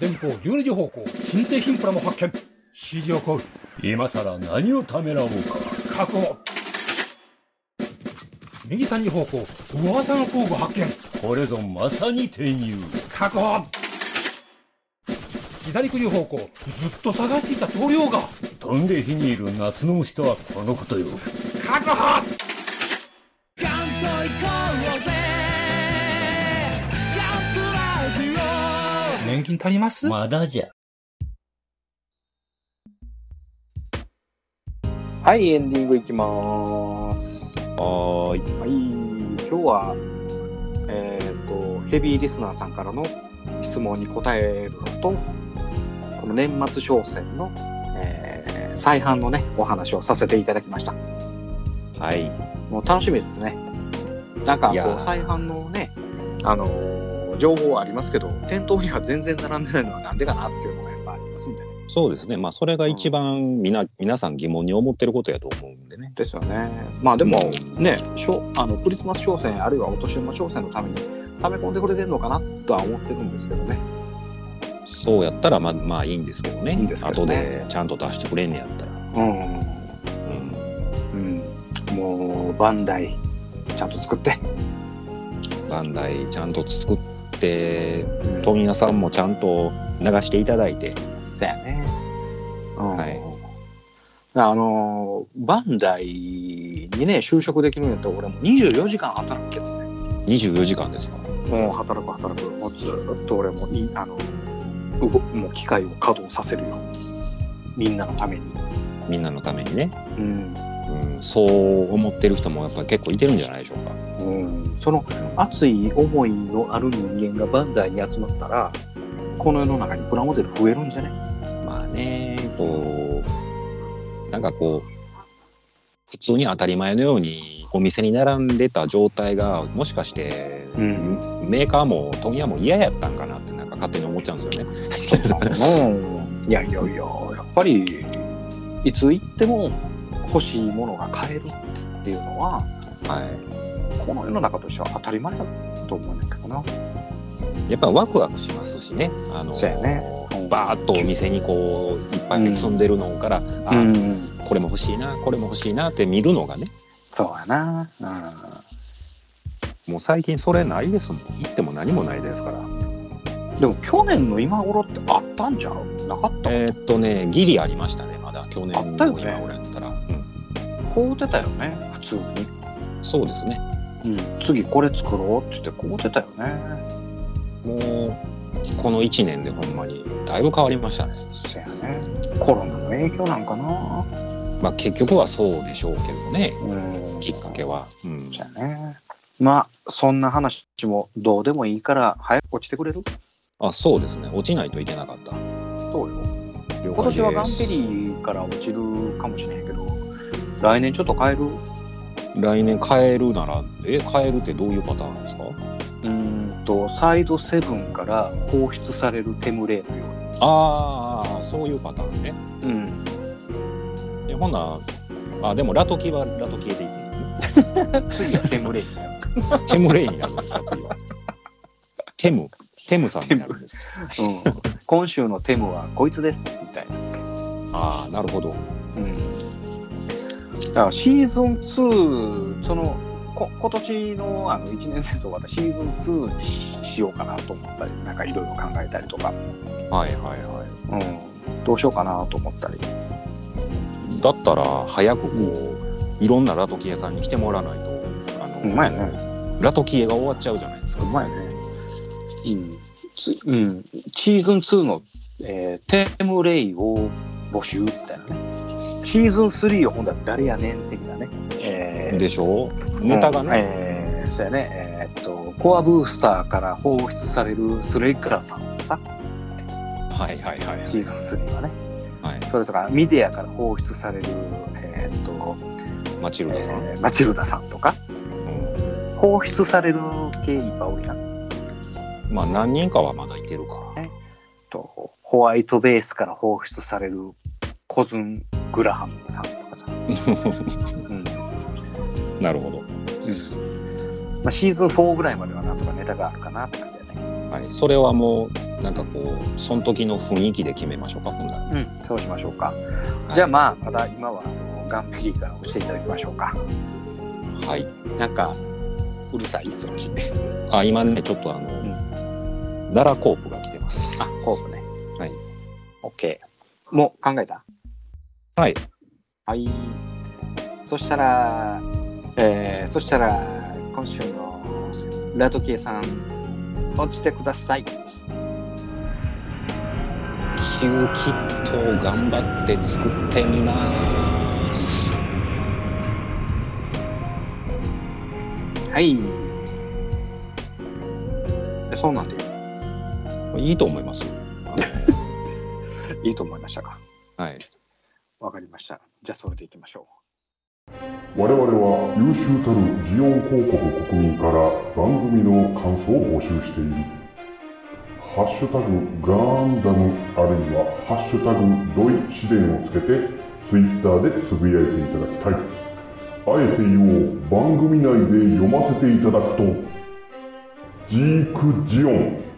前方12時方向新製品プラも発見指示を行う
今さら何をためらおうか
確保右3時方向噂の工具発見
これぞまさに転入
確保左9時方向ずっと探していた棟梁が
飛んで火にいる夏の虫とはこのことよ
確保年金足ります
まだじゃ
はい、エンディングいきまーす。
ーはーい。
はい、今日は、えっ、と、ヘビーリスナーさんからの質問に答えるのと、この年末商戦の、えー再販のね、お話をさせていただきました。
はい。
もう楽しみですね。なんか
いや
こ
ー
う再販のね、あのー情報はありますけど、店頭には全然並んでないのはなんでかなっていうのがやっぱありますんでね。
そうですね。まあ、それが一番みな、皆さん疑問に思ってることやと思うんでね。
ですよね。まあでもね、しょあのクリスマス商戦あるいはお年玉商戦のために溜め込んでくれてるのかなとは思ってるんですけどね。
そうやったら、まあ、まあいいんですけどね。
いいんですけど
後
ね
でちゃんと出してくれんねやったら。
う
うん。
ん。うん。もうバンダイちゃんと作って。
バンダイちゃんと作って、富永さんもちゃんと流していただいて。
そうやね。うん。
はい
あのーバンダイにね就職できるんやったら俺も24時間働くけどね
24時間ですか
もう働く働くもうずーっと俺もいあの動もう機械を稼働させるよみんなのために
みんなのためにね。
うん、
うん、そう思ってる人もやっぱ結構いてるんじゃないでしょうか。
うん、その熱い思いのある人間がバンダイに集まったらこの世の中にプラモデル増えるんじゃね
まあね、こう、なんかこう、普通に当たり前のようにお店に並んでた状態が、もしかして、
うん
メーカーも問屋も嫌やったんかなって、なんか勝手に思っちゃうんですよね。
うんいやいやいややっぱりいつ行っても欲しいものが買えるっていうのは
は
この世の中としては当たり前だと思うんだけどな。
い。やっぱワクワクしますしね。あの
そうやねうん
バーッとお店にこういっぱい積んでるのから、あ
ん、
これも欲しいなこれも欲しいなって見るのがね
そうやな。
もう最近それないですもん行っても何もないですから
うん、でも去年の今頃ってあったんちゃうなかった、
えーっとね、ギリありましたね、まだ去年
あったよ
の
ね
今俺やったら、うん
こうてたよね、普通に。
そうですね、
うん、次これ作ろうって言ってこうてたよね。
もうこの1年でほんまにだいぶ変わりましたね、
そやね。コロナの影響なんかな。
まあ、結局はそうでしょうけどね、
うん
きっかけは。うん
そやね。まあ、そんな話もどうでもいいから早く落ちてくれる
あそうですね、落ちないといけなかった。
そうよ。
了
今
解
年
です
はガンペリーから落ちるかもしれんけど、来年ちょっと変える
来年変えるなら、え、変えるってどういうパターンですか
うーんとサイドセブンから放出されるテムレイのよ
あーあー、そういうパターンね。
うに、うん、
えほんならあ、でもラトキはラトキでいくのね。
次はテムレイ
テムレイになるんですか、次は。テム、テムさんになるんですか
うん、今週のテムはこいつですみたいな、
ああ、なるほど。
うん、だからシーズン2そのこ今年のあの1年戦争はシーズン2にしようかなと思ったりなんかいろいろ考えたりとか、
はいはいはい。
うん、どうしようかなと思ったり
だったら、早くこう、いろんなラトキエさんに来てもらわないと、あの、
ほんまやね
ラトキエが終わっちゃうじゃないですか
う。まいね、うんつうん、シーズン2の、えーテムレイを募集みたいなねシーズン3をほんだら誰やねん的なね、えー
でしょネタがね、
えーそうやねえーっとコアブースターから放出されるスレッガーさんのさ
はいはいはいはい。
シーズン3はね
はい、
それとかミディアから放出されるえーっと、
マチ
え
ルダさん。
ーマチルダさんとか、
うん
うん
放出される系いっぱいおるやん
まあ何人かはまだいてるから。
とホワイトベースから放出されるコズン・グラハムさんとか さ、うん
なるほど。
まあ、シーズン4ぐらいまではなんとかネタがあるかなって感じだね
はい。それはもう、なんかこう、その時の雰囲気で決めましょうか、ほんなら。
うんそうしましょうか、
い
じゃあまあまだ今はあのガンピリーから押していただきましょうか
はい。
なんか、うるさい、そっち。
あ、今ね、ちょっとあの、奈良コープが来てます。
あ、ホープね。
はい。
OK。もう考えた
はい。
はい。そしたら、えー、そしたら、今週のラトキエさん、落ちてください。
キューキットを頑張って作ってみます。
はい。えそうなんで
いいと思います。
いいと思いましたか。
はい。
わかりました。じゃあ、それでいきましょ
我々は優秀たるジオン広告国民から番組の感想を募集している「ハッシュタグガンダム」あるいは「ハッシュタグドイ試練」をつけてツイッターでつぶやいていただきたいあえて言おう番組内で読ませていただくとジークジオン